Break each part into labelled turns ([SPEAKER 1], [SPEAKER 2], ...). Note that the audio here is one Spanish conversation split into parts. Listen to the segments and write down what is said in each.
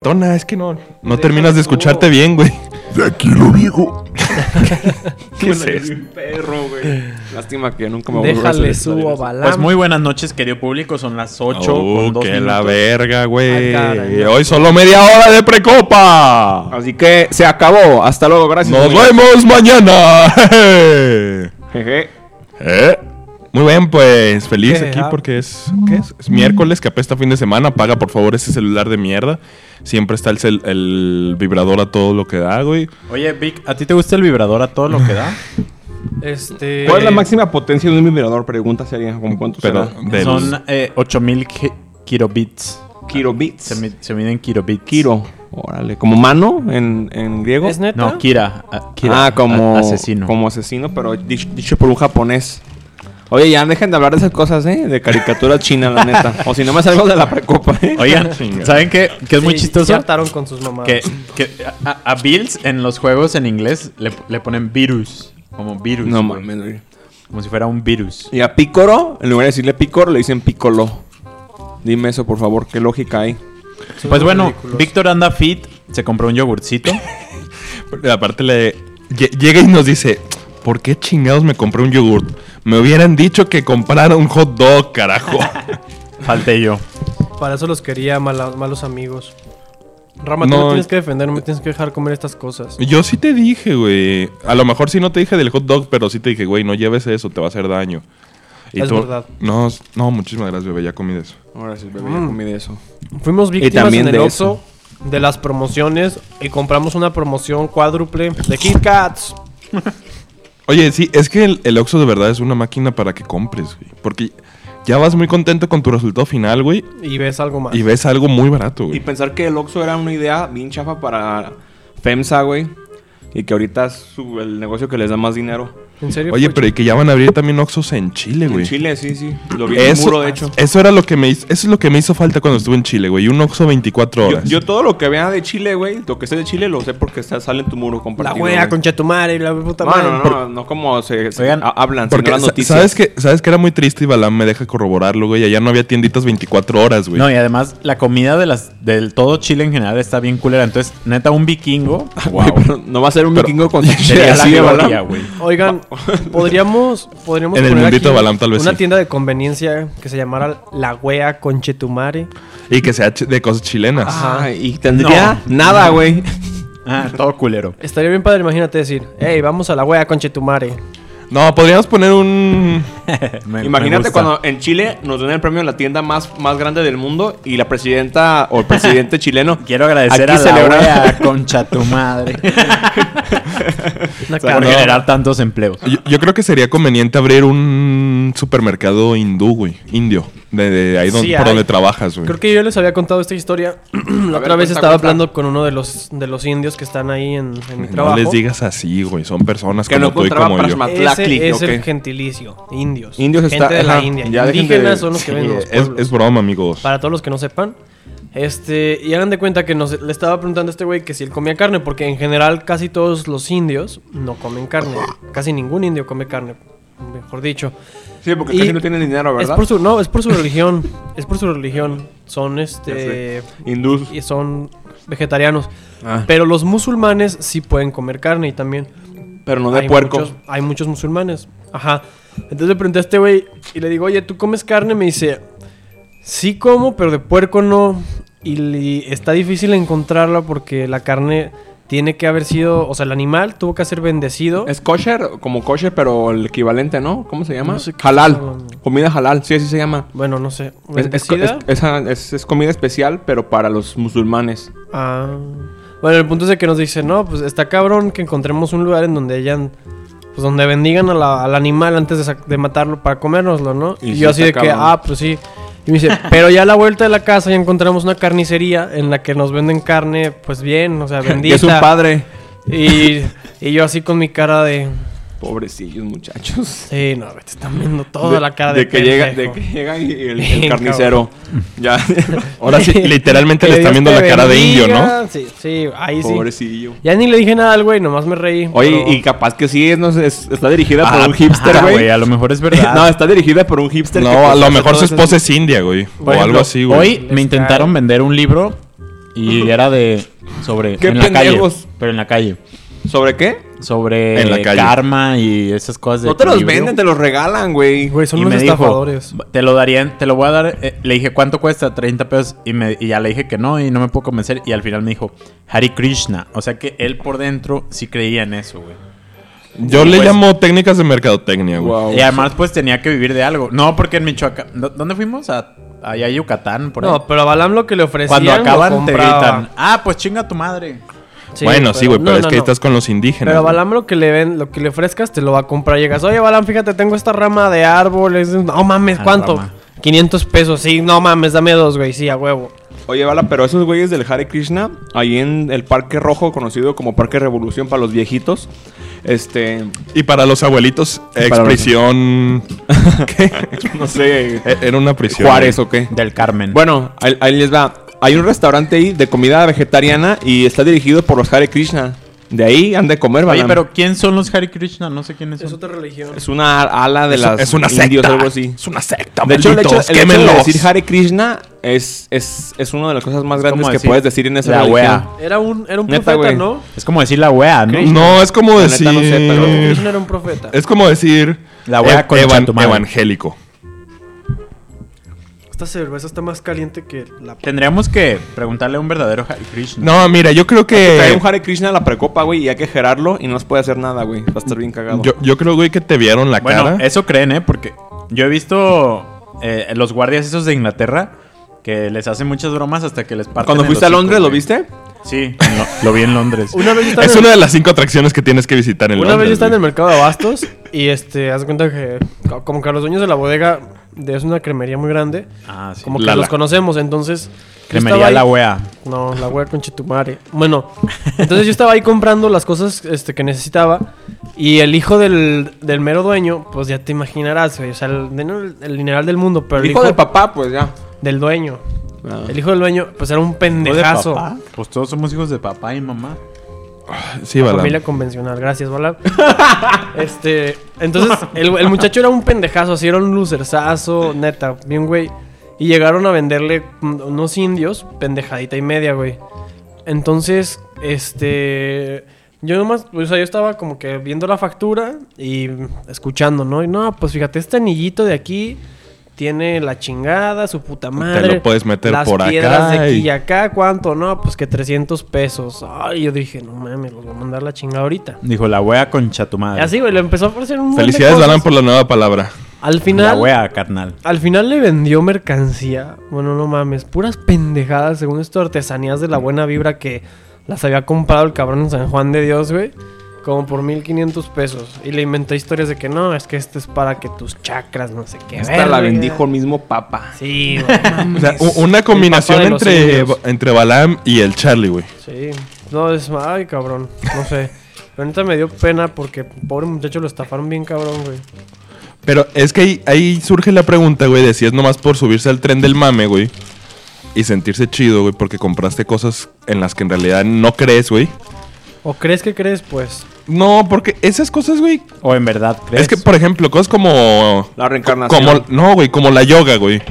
[SPEAKER 1] Tona, es que no, no terminas de escucharte bien, güey.
[SPEAKER 2] De aquí lo viejo.
[SPEAKER 1] ¿Qué es
[SPEAKER 3] Bueno, yo
[SPEAKER 1] esto?
[SPEAKER 3] soy un perro, güey. Lástima que nunca me voy a volver a hacer
[SPEAKER 4] Déjale
[SPEAKER 3] esta
[SPEAKER 4] subo a
[SPEAKER 3] adivinanza.
[SPEAKER 4] Balam.
[SPEAKER 5] Pues muy buenas noches, querido público. Son las 8
[SPEAKER 1] Oh,
[SPEAKER 5] con dos
[SPEAKER 1] que
[SPEAKER 5] minutos.
[SPEAKER 1] la verga, güey.
[SPEAKER 4] Ah, caray.
[SPEAKER 1] Hoy solo media hora de precopa.
[SPEAKER 3] Así que se acabó. Hasta luego, gracias.
[SPEAKER 1] Nos
[SPEAKER 3] amigo.
[SPEAKER 1] vemos mañana.
[SPEAKER 3] Jeje.
[SPEAKER 1] Eh, Muy bien, pues feliz
[SPEAKER 4] ¿Qué?
[SPEAKER 1] aquí
[SPEAKER 4] Ah.
[SPEAKER 1] porque es, ¿qué es? Es miércoles, que apesta fin de semana. Paga por favor ese celular de mierda. Siempre está el, cel- el vibrador a todo lo que da, güey.
[SPEAKER 5] Oye, Vic, ¿a ti te gusta el vibrador a todo lo que da?
[SPEAKER 4] Este.
[SPEAKER 3] Eh, ¿Cuál es la máxima potencia de un vibrador? Pregunta seria. ¿Cómo cuánto
[SPEAKER 1] Pero
[SPEAKER 3] será?
[SPEAKER 1] de los-
[SPEAKER 5] Son eh, 8000 ki- kilobits.
[SPEAKER 3] Kiro bits.
[SPEAKER 5] Se, mi- se miden kilobits.
[SPEAKER 3] Kiro. Órale. ¿Como mano en, en griego?
[SPEAKER 4] ¿Es neta?
[SPEAKER 5] No, Kira. a- Kira,
[SPEAKER 3] ah, como
[SPEAKER 5] a- asesino.
[SPEAKER 3] Como asesino, pero dich- dicho, por un japonés. Oye, ya dejen de hablar de esas cosas, ¿eh? De caricatura china, la neta. O si no me salgo de la precopa, ¿eh?
[SPEAKER 5] Oigan,
[SPEAKER 1] Chinga.
[SPEAKER 5] ¿saben qué? Que es muy
[SPEAKER 4] Sí, Se
[SPEAKER 5] chistoso.
[SPEAKER 4] hartaron con sus mamás.
[SPEAKER 5] Que, que a, a Bills en los juegos en inglés le, le ponen virus. Como virus.
[SPEAKER 3] no
[SPEAKER 5] güey.
[SPEAKER 3] mames, güey.
[SPEAKER 5] Como si fuera un virus.
[SPEAKER 3] Y a Pícoro, en lugar de decirle Pícoro, le dicen Piccolo. Dime eso, por favor, qué lógica hay.
[SPEAKER 5] Pues bueno, Víctor anda fit. Se compró un yogurcito.
[SPEAKER 1] Aparte le lle- llega y nos dice, ¿por qué chingados me compré un yogurt? Me hubieran dicho que comprara un hot dog, carajo.
[SPEAKER 5] Falté yo.
[SPEAKER 4] Para eso los quería mala- malos amigos. Rama, tú
[SPEAKER 1] No.
[SPEAKER 4] no tienes que defender, no me tienes que dejar comer estas cosas.
[SPEAKER 1] Yo sí te dije, güey. A lo mejor sí no te dije del hot dog, pero sí te dije, güey, no lleves eso, te va a hacer daño.
[SPEAKER 4] Es verdad.
[SPEAKER 1] No, s- no, muchísimas gracias, bebé, ya comí de eso.
[SPEAKER 3] Ahora sí, bebé,
[SPEAKER 4] ya
[SPEAKER 3] comí de eso.
[SPEAKER 4] Fuimos víctimas
[SPEAKER 3] también
[SPEAKER 4] en el
[SPEAKER 3] de
[SPEAKER 4] Oxxo de las promociones y compramos una promoción cuádruple de Kit Kats.
[SPEAKER 1] Oye, sí, es que el, el Oxxo de verdad es una máquina para que compres, güey. Porque ya vas muy contento con tu resultado final, güey,
[SPEAKER 4] Y ves algo más.
[SPEAKER 1] y ves algo muy barato,
[SPEAKER 3] Y
[SPEAKER 1] güey.
[SPEAKER 3] pensar que el Oxxo era una idea bien chafa para FEMSA, güey. Y que ahorita es su- el negocio que les da más dinero.
[SPEAKER 4] ¿En serio?
[SPEAKER 1] Oye,
[SPEAKER 4] Pocho?
[SPEAKER 1] pero y que ya van a abrir también Oxxos en Chile,
[SPEAKER 3] En
[SPEAKER 1] güey.
[SPEAKER 3] Chile, sí, sí. Lo vi en un
[SPEAKER 1] Eso,
[SPEAKER 3] muro, de hecho.
[SPEAKER 1] eso era lo que me hizo, eso es lo que me hizo falta cuando estuve en Chile, güey. Un Oxxo 24
[SPEAKER 3] Yo,
[SPEAKER 1] horas.
[SPEAKER 3] yo todo lo que vea de Chile, güey, lo que sé de Chile, lo sé porque está- sale en tu muro
[SPEAKER 4] La
[SPEAKER 3] compartido.
[SPEAKER 4] wea
[SPEAKER 3] güey.
[SPEAKER 4] con Chetumare y la puta
[SPEAKER 3] No,
[SPEAKER 4] madre.
[SPEAKER 3] no, no, no, no como se, se
[SPEAKER 5] Oigan,
[SPEAKER 3] ha- hablan,
[SPEAKER 1] porque
[SPEAKER 3] sino las
[SPEAKER 1] sa-
[SPEAKER 3] noticias.
[SPEAKER 1] sabes que sabes que era muy triste y Balam me deja corroborarlo, güey. Allá no había tienditas 24 horas, güey.
[SPEAKER 5] No, y además la comida de las del todo Chile en general está bien culera. Entonces, neta, un vikingo.
[SPEAKER 3] Ah, Güey, pero no va a ser un
[SPEAKER 1] Pero-
[SPEAKER 3] vikingo con
[SPEAKER 5] Sería la
[SPEAKER 3] así de
[SPEAKER 5] gloria,
[SPEAKER 3] balón.
[SPEAKER 5] güey.
[SPEAKER 4] Oigan, podríamos, podríamos
[SPEAKER 1] En el
[SPEAKER 4] poner
[SPEAKER 1] mundito
[SPEAKER 4] aquí
[SPEAKER 1] Balam, tal vez
[SPEAKER 4] una
[SPEAKER 1] sí.
[SPEAKER 4] tienda de conveniencia que se llamara La Wea con Chetumare.
[SPEAKER 1] Y que sea ch- de cosas chilenas.
[SPEAKER 3] Ajá, y tendría nada, güey.
[SPEAKER 5] Ah, todo culero.
[SPEAKER 4] Estaría bien padre, imagínate decir, hey, vamos a la wea con Chetumare.
[SPEAKER 1] No, podríamos poner un
[SPEAKER 5] Me- me
[SPEAKER 3] Imagínate
[SPEAKER 5] gusta.
[SPEAKER 3] cuando en Chile nos den el premio a la tienda más, más grande del mundo y la presidenta o el presidente chileno.
[SPEAKER 5] Quiero agradecer
[SPEAKER 3] Aquí
[SPEAKER 5] a la
[SPEAKER 3] celebra-
[SPEAKER 5] wea, concha tu madre.
[SPEAKER 4] Una
[SPEAKER 5] por
[SPEAKER 4] cara.
[SPEAKER 5] generar tantos empleos.
[SPEAKER 1] yo, yo creo que sería conveniente abrir un supermercado hindú, güey, indio, de, de ahí don-
[SPEAKER 4] Sí
[SPEAKER 1] por
[SPEAKER 4] hay.
[SPEAKER 1] donde trabajas, güey.
[SPEAKER 4] Creo que yo les había contado esta historia. la
[SPEAKER 3] A
[SPEAKER 4] otra
[SPEAKER 3] ver,
[SPEAKER 4] vez
[SPEAKER 3] cuenta,
[SPEAKER 4] estaba
[SPEAKER 3] cuenta.
[SPEAKER 4] hablando con uno de los, de los indios que están ahí en, en mi
[SPEAKER 1] No
[SPEAKER 4] trabajo.
[SPEAKER 1] les digas así, güey, son personas
[SPEAKER 3] Que
[SPEAKER 1] como
[SPEAKER 3] no
[SPEAKER 1] tú y
[SPEAKER 3] encontraba
[SPEAKER 1] como yo.
[SPEAKER 3] para Matlatli,
[SPEAKER 4] Ese es
[SPEAKER 3] ¿o qué?
[SPEAKER 4] el gentilicio, indios.
[SPEAKER 3] Indios
[SPEAKER 4] Gente
[SPEAKER 3] está-
[SPEAKER 4] de la
[SPEAKER 3] ajá,
[SPEAKER 4] India.
[SPEAKER 3] ya dejen
[SPEAKER 4] Indígenas
[SPEAKER 3] de-
[SPEAKER 4] son los que
[SPEAKER 1] Sí,
[SPEAKER 4] ven los
[SPEAKER 1] es,
[SPEAKER 4] pueblos.
[SPEAKER 1] es broma, amigos.
[SPEAKER 4] Para todos los que no sepan. Este, y hagan de cuenta que nos, le estaba preguntando a este güey que si él comía carne, porque en general casi todos los indios no comen carne. Casi ningún indio come carne, mejor dicho.
[SPEAKER 3] Sí, porque
[SPEAKER 4] Y-
[SPEAKER 3] casi no tienen dinero,
[SPEAKER 4] Es
[SPEAKER 3] ¿verdad?
[SPEAKER 4] por su, no, es por su religión. Es por su religión. Son este.
[SPEAKER 3] Hindús.
[SPEAKER 4] Y son vegetarianos.
[SPEAKER 3] Ah,
[SPEAKER 4] Pero los musulmanes sí pueden comer carne y también.
[SPEAKER 3] pero no de
[SPEAKER 4] hay
[SPEAKER 3] puerco.
[SPEAKER 4] Muchos, hay muchos musulmanes. Ajá. Entonces le pregunté a este güey y le digo, oye, ¿tú comes carne? Me dice, sí como, pero de puerco no. Y le- está difícil encontrarla porque la carne tiene que haber sido, o sea, el animal tuvo que ser bendecido.
[SPEAKER 3] Es kosher, como kosher, pero el equivalente, ¿no? ¿Cómo se llama?
[SPEAKER 4] No sé qué se
[SPEAKER 3] halal.
[SPEAKER 4] llama.
[SPEAKER 3] Comida halal, sí, así se llama.
[SPEAKER 4] Bueno, no sé.
[SPEAKER 3] Es, es-
[SPEAKER 4] bendecida.
[SPEAKER 3] es- esa- es- es comida especial, pero para los musulmanes.
[SPEAKER 4] Ah. Bueno, el punto es de que nos dice, no, pues está cabrón que encontremos un lugar en donde hayan... Pues donde bendigan a la- al animal antes de, sac- de matarlo para comérnoslo, ¿no?
[SPEAKER 3] Y
[SPEAKER 4] Y,
[SPEAKER 3] sí
[SPEAKER 4] yo así de
[SPEAKER 3] está
[SPEAKER 4] que,
[SPEAKER 3] cabrón.
[SPEAKER 4] ah, pues sí. Y me dice, pero ya a la vuelta de la casa ya encontramos una carnicería en la que nos venden carne, pues bien, o sea,
[SPEAKER 3] Y
[SPEAKER 4] bendita.
[SPEAKER 3] es un padre.
[SPEAKER 4] Y, y yo así con mi cara de...
[SPEAKER 3] Pobrecillos, muchachos.
[SPEAKER 4] Sí, no, te están viendo toda
[SPEAKER 3] De-
[SPEAKER 4] la cara de,
[SPEAKER 3] de que llega, de
[SPEAKER 4] pendejo".
[SPEAKER 3] que llega y el, el
[SPEAKER 4] Bien,
[SPEAKER 3] carnicero. Ya.
[SPEAKER 1] Ahora sí, literalmente le
[SPEAKER 4] Que
[SPEAKER 1] están
[SPEAKER 4] Dios
[SPEAKER 1] viendo
[SPEAKER 4] te
[SPEAKER 1] la cara de indio, ¿no?
[SPEAKER 4] bendiga. Sí, sí, ahí sí.
[SPEAKER 3] Pobrecillo.
[SPEAKER 4] Ya ni le dije nada al güey, nomás me reí.
[SPEAKER 3] Oye,
[SPEAKER 4] pero-
[SPEAKER 3] y capaz que sí, es, no sé, es- está dirigida por
[SPEAKER 5] Ah,
[SPEAKER 3] un hipster,
[SPEAKER 5] ah,
[SPEAKER 3] güey.
[SPEAKER 5] A lo mejor es verdad.
[SPEAKER 3] no, está dirigida por un hipster. que,
[SPEAKER 1] No, a
[SPEAKER 3] pues,
[SPEAKER 1] lo
[SPEAKER 3] hace
[SPEAKER 1] mejor
[SPEAKER 3] todo
[SPEAKER 1] su
[SPEAKER 3] ese-
[SPEAKER 1] esposa es india, güey.
[SPEAKER 5] Por
[SPEAKER 1] o
[SPEAKER 5] ejemplo,
[SPEAKER 1] algo así, güey.
[SPEAKER 5] Hoy me
[SPEAKER 4] Les
[SPEAKER 5] intentaron
[SPEAKER 4] cae.
[SPEAKER 5] vender un libro Y era de. Sobre.
[SPEAKER 3] ¡Qué
[SPEAKER 5] en la calle.
[SPEAKER 3] pendejos!
[SPEAKER 5] Pero en la calle.
[SPEAKER 3] ¿Sobre qué?
[SPEAKER 5] Sobre
[SPEAKER 1] En la calle.
[SPEAKER 5] karma y esas cosas de.
[SPEAKER 3] No te los
[SPEAKER 5] equilibrio.
[SPEAKER 3] venden, te los regalan, güey.
[SPEAKER 4] Güey, son
[SPEAKER 5] Y
[SPEAKER 4] unos
[SPEAKER 5] me dijo,
[SPEAKER 4] estafadores.
[SPEAKER 5] te lo darían, te lo voy a dar. eh, le dije, ¿cuánto cuesta? 30 pesos. Y, me, y ya le dije que no, y no me puedo convencer. Y al final me dijo, Hare Krishna. O sea que él por dentro sí creía en eso, güey.
[SPEAKER 1] Yo
[SPEAKER 5] Sí,
[SPEAKER 1] le
[SPEAKER 5] pues.
[SPEAKER 1] llamo técnicas de mercadotecnia, güey.
[SPEAKER 3] Wow.
[SPEAKER 5] Y además, pues tenía que vivir de algo. No, porque en Michoacán. ¿dó- ¿Dónde fuimos? A, allá a Yucatán, por ahí.
[SPEAKER 3] pues,
[SPEAKER 4] No, pero a Balam lo que le ofrecían.
[SPEAKER 5] Cuando
[SPEAKER 4] lo
[SPEAKER 5] acaban, te
[SPEAKER 4] compraba.
[SPEAKER 5] gritan, ah, pues chinga tu madre.
[SPEAKER 1] bueno, sí, güey,
[SPEAKER 4] no,
[SPEAKER 1] pero es
[SPEAKER 4] no,
[SPEAKER 1] que ahí
[SPEAKER 4] no.
[SPEAKER 1] estás con los indígenas.
[SPEAKER 4] Pero
[SPEAKER 1] güey.
[SPEAKER 4] Balam lo que le ven, lo que le ofrezcas, te lo va a comprar. Llegas, oye Balam, fíjate, tengo esta rama de árboles. No mames,
[SPEAKER 5] Ah,
[SPEAKER 4] ¿cuánto?
[SPEAKER 5] rama.
[SPEAKER 4] 500 pesos, sí, no mames, dame dos, güey, sí, a huevo.
[SPEAKER 3] Oye, Bala, pero esos güeyes del Hare Krishna, ahí en el Parque Rojo, conocido como Parque Revolución para los viejitos, este,
[SPEAKER 1] Y para los abuelitos,
[SPEAKER 3] Y para los-
[SPEAKER 1] exprisión.
[SPEAKER 3] no sé,
[SPEAKER 1] e- Era una prisión.
[SPEAKER 3] Juárez o qué.
[SPEAKER 5] Del Carmen.
[SPEAKER 3] Bueno, ahí, ahí les va. Hay un restaurante ahí de comida vegetariana y está dirigido por los Hare Krishna. De ahí han de comer,
[SPEAKER 5] Oye,
[SPEAKER 3] Balam.
[SPEAKER 5] pero ¿quién son los Hare Krishna? No sé quiénes son.
[SPEAKER 4] religión.
[SPEAKER 3] es una ala de
[SPEAKER 1] Es,
[SPEAKER 3] las
[SPEAKER 1] es una secta.
[SPEAKER 3] indios, algo así.
[SPEAKER 1] Es una secta.
[SPEAKER 3] De hecho, el hecho,
[SPEAKER 1] Ah, malditos,
[SPEAKER 3] el hecho de
[SPEAKER 1] quémenlos.
[SPEAKER 3] decir Hare Krishna es, es, es una de las cosas más grandes
[SPEAKER 5] como
[SPEAKER 3] que
[SPEAKER 5] decir
[SPEAKER 3] puedes decir en esa
[SPEAKER 5] la
[SPEAKER 3] religión.
[SPEAKER 5] wea.
[SPEAKER 4] Era un, era un
[SPEAKER 3] Neta,
[SPEAKER 4] profeta,
[SPEAKER 3] güey.
[SPEAKER 4] ¿no?
[SPEAKER 5] Es como decir la wea, ¿no?
[SPEAKER 1] No, es como
[SPEAKER 3] La
[SPEAKER 1] decir.
[SPEAKER 3] neta no sé, pero-
[SPEAKER 4] Krishna era un profeta.
[SPEAKER 1] Mm. Es como decir.
[SPEAKER 5] La wea concha
[SPEAKER 1] evan-
[SPEAKER 5] tu madre.
[SPEAKER 1] evangélico.
[SPEAKER 4] Esta cerveza está más caliente que la
[SPEAKER 5] Tendríamos que preguntarle a un verdadero Hare Krishna.
[SPEAKER 1] No, mira, yo creo
[SPEAKER 3] Trae
[SPEAKER 1] que.
[SPEAKER 3] un Hare Krishna a la precopa, güey, y hay que gerarlo y no nos puede hacer nada, güey. Va a estar bien cagado.
[SPEAKER 1] Yo, yo creo, güey, que te vieron la
[SPEAKER 5] Bueno,
[SPEAKER 1] cara.
[SPEAKER 5] eso creen, ¿eh? Porque yo he visto eh, los guardias esos de Inglaterra que les hacen muchas bromas hasta que les parten
[SPEAKER 3] Cuando
[SPEAKER 5] el
[SPEAKER 3] fuiste a
[SPEAKER 5] hocico,
[SPEAKER 3] Londres, ¿lo
[SPEAKER 5] güey.
[SPEAKER 3] viste?
[SPEAKER 5] Sí, en lo, lo vi en Londres.
[SPEAKER 4] Una vez yo estaba
[SPEAKER 1] Es
[SPEAKER 4] en el-
[SPEAKER 1] una de las cinco atracciones que tienes que visitar en
[SPEAKER 4] Una vez
[SPEAKER 1] Londres,
[SPEAKER 4] yo estaba en el
[SPEAKER 1] güey.
[SPEAKER 4] mercado de abastos y este, haz de cuenta que co- como que a los dueños de la bodega de- es una cremería muy grande,
[SPEAKER 5] Ah, sí.
[SPEAKER 4] como que
[SPEAKER 1] Lala.
[SPEAKER 4] los conocemos, entonces yo estaba
[SPEAKER 5] Cremería
[SPEAKER 4] ahí-
[SPEAKER 5] La Wea.
[SPEAKER 4] No, la wea con Chitumare. Bueno, entonces yo estaba ahí comprando las cosas este, que necesitaba y el hijo del, del mero dueño, pues ya te imaginarás, güey, o sea, el, no el- el mineral del mundo, pero el hijo,
[SPEAKER 3] hijo de papá, pues ya.
[SPEAKER 4] del dueño,
[SPEAKER 1] Ah.
[SPEAKER 4] el hijo del dueño, pues era un
[SPEAKER 5] Ah. ¿Hijo de
[SPEAKER 4] pendejazo.
[SPEAKER 5] papá? Pues todos somos hijos de papá y mamá.
[SPEAKER 1] Sí,
[SPEAKER 4] La
[SPEAKER 1] Balam.
[SPEAKER 4] Familia convencional, gracias, Balab. este, entonces, el, el muchacho era un pendejazo, así era un lucerzazo, neta, bien güey. Y llegaron a venderle un- unos indios, pendejadita y media, güey. Entonces, este. Yo nomás, o sea, yo estaba como que viendo la factura y escuchando, ¿no? Y no, pues fíjate, este anillito de aquí tiene la chingada, su puta madre.
[SPEAKER 1] lo puedes meter
[SPEAKER 4] las
[SPEAKER 1] por
[SPEAKER 4] piedras
[SPEAKER 1] acá
[SPEAKER 4] de aquí
[SPEAKER 1] y-
[SPEAKER 4] y acá, ¿cuánto? No, pues que 300 pesos. Ay, yo dije, no mames, los voy a mandar la chingada ahorita.
[SPEAKER 5] Dijo La Wea concha tu
[SPEAKER 4] Y
[SPEAKER 5] madre.
[SPEAKER 4] así, güey, le empezó a ofrecer un. buen de
[SPEAKER 1] Felicidades,
[SPEAKER 4] cosas.
[SPEAKER 1] Balam, por la nueva palabra.
[SPEAKER 4] Al
[SPEAKER 5] La
[SPEAKER 4] final.
[SPEAKER 5] Wea, carnal.
[SPEAKER 4] Al final le vendió mercancía. Bueno, no mames. Puras pendejadas, según esto, artesanías de la buena vibra que las había comprado el cabrón en San Juan de Dios, güey. Como por 1500 pesos. Y le inventé historias de que no, es que este es para que tus chakras, no sé qué.
[SPEAKER 3] Esta la
[SPEAKER 4] verga.
[SPEAKER 3] bendijo el mismo papá.
[SPEAKER 4] Sí, güey.
[SPEAKER 1] O sea, u- una
[SPEAKER 4] El papá
[SPEAKER 1] combinación
[SPEAKER 4] de los
[SPEAKER 1] entre,
[SPEAKER 4] indios.
[SPEAKER 1] entre Balam y el Charlie, güey.
[SPEAKER 4] Sí. No, es. Ay, cabrón. No sé. Pero neta me dio pena porque pobre muchacho lo estafaron bien, cabrón, güey.
[SPEAKER 1] Pero es que ahí, ahí surge la pregunta, güey, de si es nomás por subirse al tren del mame, güey. Y sentirse chido, güey, porque compraste cosas en las que en realidad no crees, güey.
[SPEAKER 4] ¿O crees que crees, pues?
[SPEAKER 1] No, porque esas cosas, güey.
[SPEAKER 5] O en verdad, ¿crees?
[SPEAKER 1] Es que, por ejemplo, cosas como.
[SPEAKER 3] La reencarnación.
[SPEAKER 1] como no, güey, como la yoga, güey.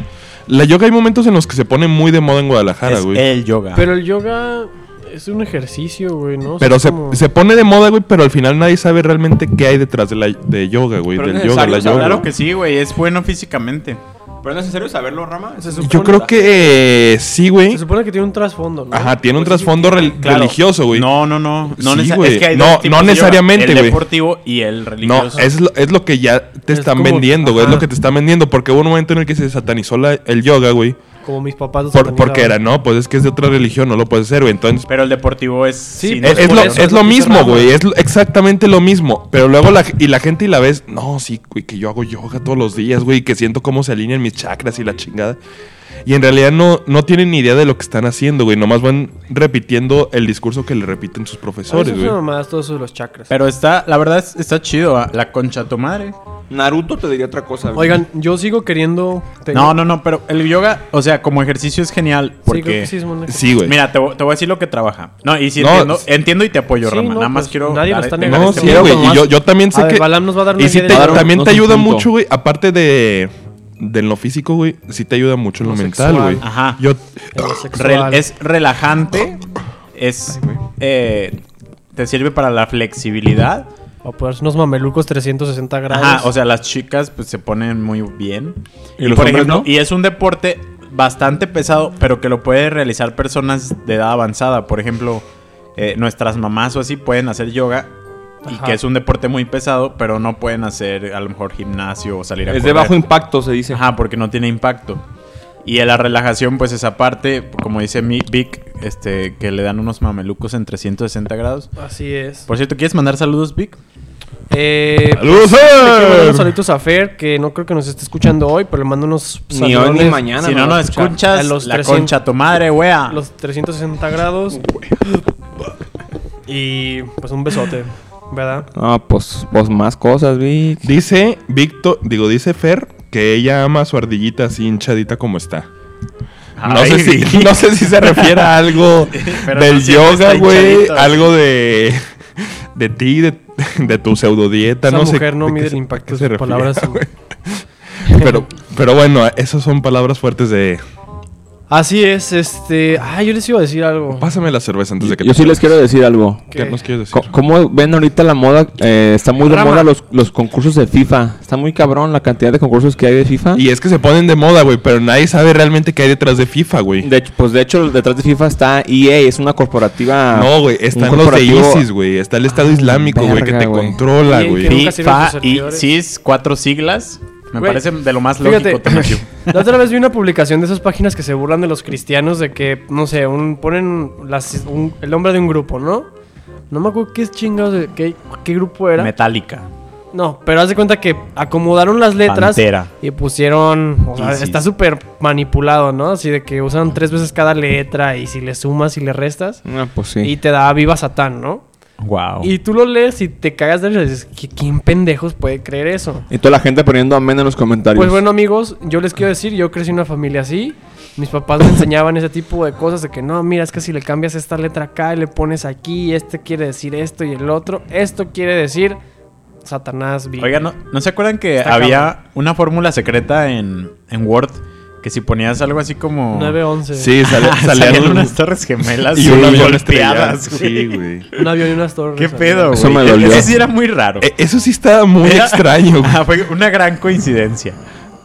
[SPEAKER 1] La yoga hay momentos en los que se pone muy de moda en Guadalajara,
[SPEAKER 5] es
[SPEAKER 1] güey.
[SPEAKER 5] el yoga.
[SPEAKER 4] Pero el yoga es un ejercicio, güey, ¿no? O sea,
[SPEAKER 1] Pero
[SPEAKER 4] es
[SPEAKER 1] se,
[SPEAKER 4] como-
[SPEAKER 1] se pone de moda, güey, pero al final nadie sabe realmente qué hay detrás de la de yoga, güey.
[SPEAKER 3] Pero
[SPEAKER 1] Del
[SPEAKER 3] es
[SPEAKER 1] yoga,
[SPEAKER 3] necesario
[SPEAKER 1] la yoga.
[SPEAKER 3] saberlo.
[SPEAKER 5] Claro que sí, güey. Es bueno físicamente.
[SPEAKER 3] ¿Pero es necesario saberlo, Rama? Ese es un
[SPEAKER 1] Yo creo que eh, sí, güey.
[SPEAKER 4] Se supone pues, que tiene un trasfondo, ¿no?
[SPEAKER 1] Ajá, tiene un trasfondo rel-
[SPEAKER 5] Claro.
[SPEAKER 1] religioso, güey.
[SPEAKER 5] No, no, no. No,
[SPEAKER 1] Sí,
[SPEAKER 5] necesa-
[SPEAKER 1] güey.
[SPEAKER 5] es que hay
[SPEAKER 1] No,
[SPEAKER 5] dos tipos
[SPEAKER 1] no
[SPEAKER 5] de yoga,
[SPEAKER 1] necesariamente,
[SPEAKER 5] El
[SPEAKER 1] güey.
[SPEAKER 5] deportivo y el
[SPEAKER 1] No,
[SPEAKER 5] religioso.
[SPEAKER 1] es lo, es lo que ya te
[SPEAKER 4] Es
[SPEAKER 1] están
[SPEAKER 4] como-
[SPEAKER 1] vendiendo, güey. Es lo
[SPEAKER 4] ajá.
[SPEAKER 1] que te están vendiendo. Porque hubo un momento en el que se satanizó la- el yoga, güey.
[SPEAKER 4] Como mis papás los
[SPEAKER 1] Por,
[SPEAKER 4] organizaban.
[SPEAKER 1] porque era, no, pues es que es de otra religión, no lo puedes hacer, güey. Entonces,
[SPEAKER 5] Pero el deportivo es.
[SPEAKER 4] Sí,
[SPEAKER 5] no "Ah,
[SPEAKER 1] es,
[SPEAKER 4] pues,
[SPEAKER 1] Eh, es
[SPEAKER 5] por
[SPEAKER 1] lo,
[SPEAKER 5] eso.
[SPEAKER 1] es lo
[SPEAKER 4] lo que
[SPEAKER 1] mismo,
[SPEAKER 4] dice
[SPEAKER 1] güey.
[SPEAKER 4] Rafa.
[SPEAKER 1] Es lo- exactamente lo mismo. Pero luego la, y la gente y la ves, no, sí, güey, que yo hago yoga todos los días, güey, que siento cómo se alinean mis chakras y la chingada. Y en realidad no, no tienen ni idea de lo que están haciendo, güey. Nomás van repitiendo el discurso que le repiten sus
[SPEAKER 4] Ah, eso
[SPEAKER 1] profesores,
[SPEAKER 4] es
[SPEAKER 1] güey.
[SPEAKER 4] una mamada, todo eso de los chakras.
[SPEAKER 5] Pero está, la verdad, es- está chido. ah, La concha tu madre.
[SPEAKER 3] Naruto te diría otra cosa, güey.
[SPEAKER 4] Oigan, yo sigo queriendo... tener-
[SPEAKER 5] No, no, no, pero el yoga, o sea, como ejercicio es genial.
[SPEAKER 4] Sí, creo
[SPEAKER 5] Porque.
[SPEAKER 4] que sí es un ejercicio.
[SPEAKER 1] Sí, güey.
[SPEAKER 5] Mira, te, vo- te voy a decir lo que trabaja. No, y sí
[SPEAKER 1] No,
[SPEAKER 5] entiendo,
[SPEAKER 1] s-
[SPEAKER 5] entiendo y te apoyo,
[SPEAKER 4] Sí,
[SPEAKER 5] Rama.
[SPEAKER 4] no,
[SPEAKER 5] Nada más
[SPEAKER 4] pues,
[SPEAKER 5] quiero.
[SPEAKER 4] nadie lo
[SPEAKER 5] dar-
[SPEAKER 4] está
[SPEAKER 5] tengan
[SPEAKER 4] negando.
[SPEAKER 1] No,
[SPEAKER 5] este
[SPEAKER 1] sí,
[SPEAKER 5] punto.
[SPEAKER 1] güey. Y yo, yo también sé
[SPEAKER 4] A ver,
[SPEAKER 1] que.
[SPEAKER 4] Balam nos va a dar una
[SPEAKER 1] Y sí
[SPEAKER 4] idea
[SPEAKER 1] te-
[SPEAKER 4] de-
[SPEAKER 3] Claro,
[SPEAKER 1] también
[SPEAKER 3] no
[SPEAKER 1] te
[SPEAKER 3] es un
[SPEAKER 1] ayuda
[SPEAKER 3] punto.
[SPEAKER 1] mucho, güey. Aparte de. de lo físico, güey, sí te ayuda mucho en lo
[SPEAKER 4] Lo
[SPEAKER 1] mental,
[SPEAKER 4] sexual.
[SPEAKER 1] güey.
[SPEAKER 5] Ajá.
[SPEAKER 1] Yo,
[SPEAKER 4] Homosexual.
[SPEAKER 5] Rel- es relajante. Es. eh, te sirve para la flexibilidad.
[SPEAKER 4] O ponerse unos mamelucos 360 grados.
[SPEAKER 5] Ajá. O sea, las chicas pues se ponen muy bien.
[SPEAKER 3] ¿Y los
[SPEAKER 5] por
[SPEAKER 3] hombres
[SPEAKER 5] ejemplo,
[SPEAKER 3] no?
[SPEAKER 5] y es un deporte bastante pesado, pero que lo puede realizar personas de edad avanzada. Por ejemplo, eh, nuestras mamás o así pueden hacer yoga. Y
[SPEAKER 4] Ajá.
[SPEAKER 5] que es un deporte muy pesado, pero no pueden hacer a lo mejor gimnasio o salir a
[SPEAKER 3] Es de
[SPEAKER 5] correr.
[SPEAKER 3] bajo impacto, se dice.
[SPEAKER 5] Ajá, porque no tiene impacto. Y en la relajación, pues esa parte, como dice mi Vic, este, que le dan unos mamelucos en 360 grados.
[SPEAKER 4] Así es.
[SPEAKER 5] Por cierto, ¿quieres mandar saludos, Vic?
[SPEAKER 4] Eh,
[SPEAKER 1] ¡Saludos,
[SPEAKER 4] hay que mandar
[SPEAKER 1] Fer!
[SPEAKER 4] unos saluditos a Fer, que no creo que nos esté escuchando hoy, pero le mando unos
[SPEAKER 3] Ni hoy ni
[SPEAKER 4] saludones.
[SPEAKER 3] mañana.
[SPEAKER 5] si
[SPEAKER 3] me
[SPEAKER 5] no
[SPEAKER 3] va a
[SPEAKER 5] nos
[SPEAKER 3] escuchar.
[SPEAKER 5] escuchas,
[SPEAKER 4] A los
[SPEAKER 5] la
[SPEAKER 4] 300
[SPEAKER 5] concha, tu madre, wea.
[SPEAKER 4] Los 360 grados. Y pues un besote, ¿verdad?
[SPEAKER 3] Ah, pues, pues más cosas, Vic.
[SPEAKER 1] Dice Víctor, digo, dice Fer que ella ama a su ardillita así hinchadita como está. No
[SPEAKER 5] Ay,
[SPEAKER 1] sé, si, no sé si se refiere a algo
[SPEAKER 5] Pero
[SPEAKER 1] del
[SPEAKER 5] no siempre
[SPEAKER 1] yoga,
[SPEAKER 5] está
[SPEAKER 1] güey.
[SPEAKER 5] hinchadito.
[SPEAKER 1] Algo de, de ti, de, de tu pseudodieta.
[SPEAKER 4] Esa
[SPEAKER 1] no
[SPEAKER 4] mujer
[SPEAKER 1] sé
[SPEAKER 4] no
[SPEAKER 1] de qué
[SPEAKER 4] mide
[SPEAKER 1] se-
[SPEAKER 4] el impacto
[SPEAKER 1] qué
[SPEAKER 4] de
[SPEAKER 1] se
[SPEAKER 4] sus
[SPEAKER 1] refiere,
[SPEAKER 4] palabras.
[SPEAKER 1] güey. Pero, pero bueno, esas son palabras fuertes de...
[SPEAKER 4] Así es, este. Ah, yo les iba a decir algo.
[SPEAKER 1] Pásame la cerveza antes de que
[SPEAKER 3] Yo sí les quiero decir algo.
[SPEAKER 1] ¿Qué nos quieres
[SPEAKER 3] Co-
[SPEAKER 1] decir?
[SPEAKER 3] ¿Cómo ven ahorita la moda? Eh, está muy de
[SPEAKER 4] Rama.
[SPEAKER 3] moda los, los concursos de FIFA. Está muy cabrón la cantidad de concursos que hay de FIFA.
[SPEAKER 1] Y es que se ponen de moda, güey, pero nadie sabe realmente qué hay detrás de FIFA, güey.
[SPEAKER 3] De hecho, pues de hecho, detrás de FIFA está EA, es una corporativa.
[SPEAKER 1] No, güey,
[SPEAKER 3] Ah, un
[SPEAKER 1] están los de
[SPEAKER 3] corporativo- Ah,
[SPEAKER 1] ISIS, güey. Está el Estado Islámico, güey, que
[SPEAKER 3] verga,
[SPEAKER 1] te
[SPEAKER 3] güey.
[SPEAKER 1] controla,
[SPEAKER 4] Bien,
[SPEAKER 1] güey.
[SPEAKER 4] que- nunca sirven
[SPEAKER 5] FIFA
[SPEAKER 4] sus
[SPEAKER 5] y
[SPEAKER 4] servidores.
[SPEAKER 5] CIS, cuatro siglas. Me
[SPEAKER 4] Güey,
[SPEAKER 5] parece de lo más
[SPEAKER 4] Fíjate,
[SPEAKER 5] lógico. Tomasio.
[SPEAKER 4] la otra vez vi una publicación de esas páginas que se burlan de los cristianos de que, no sé, un, ponen las- un- el nombre de un grupo, ¿no? No me acuerdo qué es chingados, de- qué, qué grupo era.
[SPEAKER 5] Metallica.
[SPEAKER 4] No, pero haz de cuenta que acomodaron las letras
[SPEAKER 5] Pantera.
[SPEAKER 4] y pusieron. O sea,
[SPEAKER 5] Isis.
[SPEAKER 4] está súper manipulado, ¿no? Así de que usan tres veces cada letra y si le sumas y le restas.
[SPEAKER 3] Ah, pues sí.
[SPEAKER 4] Y te da viva Satán, ¿no?
[SPEAKER 5] Wow.
[SPEAKER 4] Y tú lo lees y te cagas de risa y dices, "¿Qui- ¿quién pendejos puede creer eso?
[SPEAKER 3] Y toda la gente poniendo amén en los comentarios.
[SPEAKER 4] Pues bueno, amigos, yo les quiero decir, yo crecí en una familia así. Mis papás me enseñaban ese tipo de cosas de que no, mira, es que si le cambias esta letra acá y le pones aquí, este quiere decir esto y el otro, esto quiere decir Satanás vive".
[SPEAKER 5] Oigan, ¿no, no se acuerdan que
[SPEAKER 4] Está
[SPEAKER 5] había
[SPEAKER 4] cabrón.
[SPEAKER 5] una fórmula secreta en, en Word? Que si ponías algo así como...
[SPEAKER 4] 911.
[SPEAKER 1] Sí, sale,
[SPEAKER 5] Ah,
[SPEAKER 1] salían
[SPEAKER 5] salían
[SPEAKER 1] un-
[SPEAKER 5] unas torres gemelas
[SPEAKER 1] y un avión estrellado.
[SPEAKER 5] golpeadas, güey.
[SPEAKER 1] Sí, güey.
[SPEAKER 4] Un avión y unas torres.
[SPEAKER 5] ¿Qué
[SPEAKER 4] amigo.
[SPEAKER 5] pedo, güey?
[SPEAKER 3] Eso me
[SPEAKER 5] E-
[SPEAKER 3] dolió.
[SPEAKER 5] Ese sí era muy raro.
[SPEAKER 1] E- Eso sí está muy
[SPEAKER 5] Era-
[SPEAKER 1] extraño, güey.
[SPEAKER 5] Ah, fue una gran coincidencia.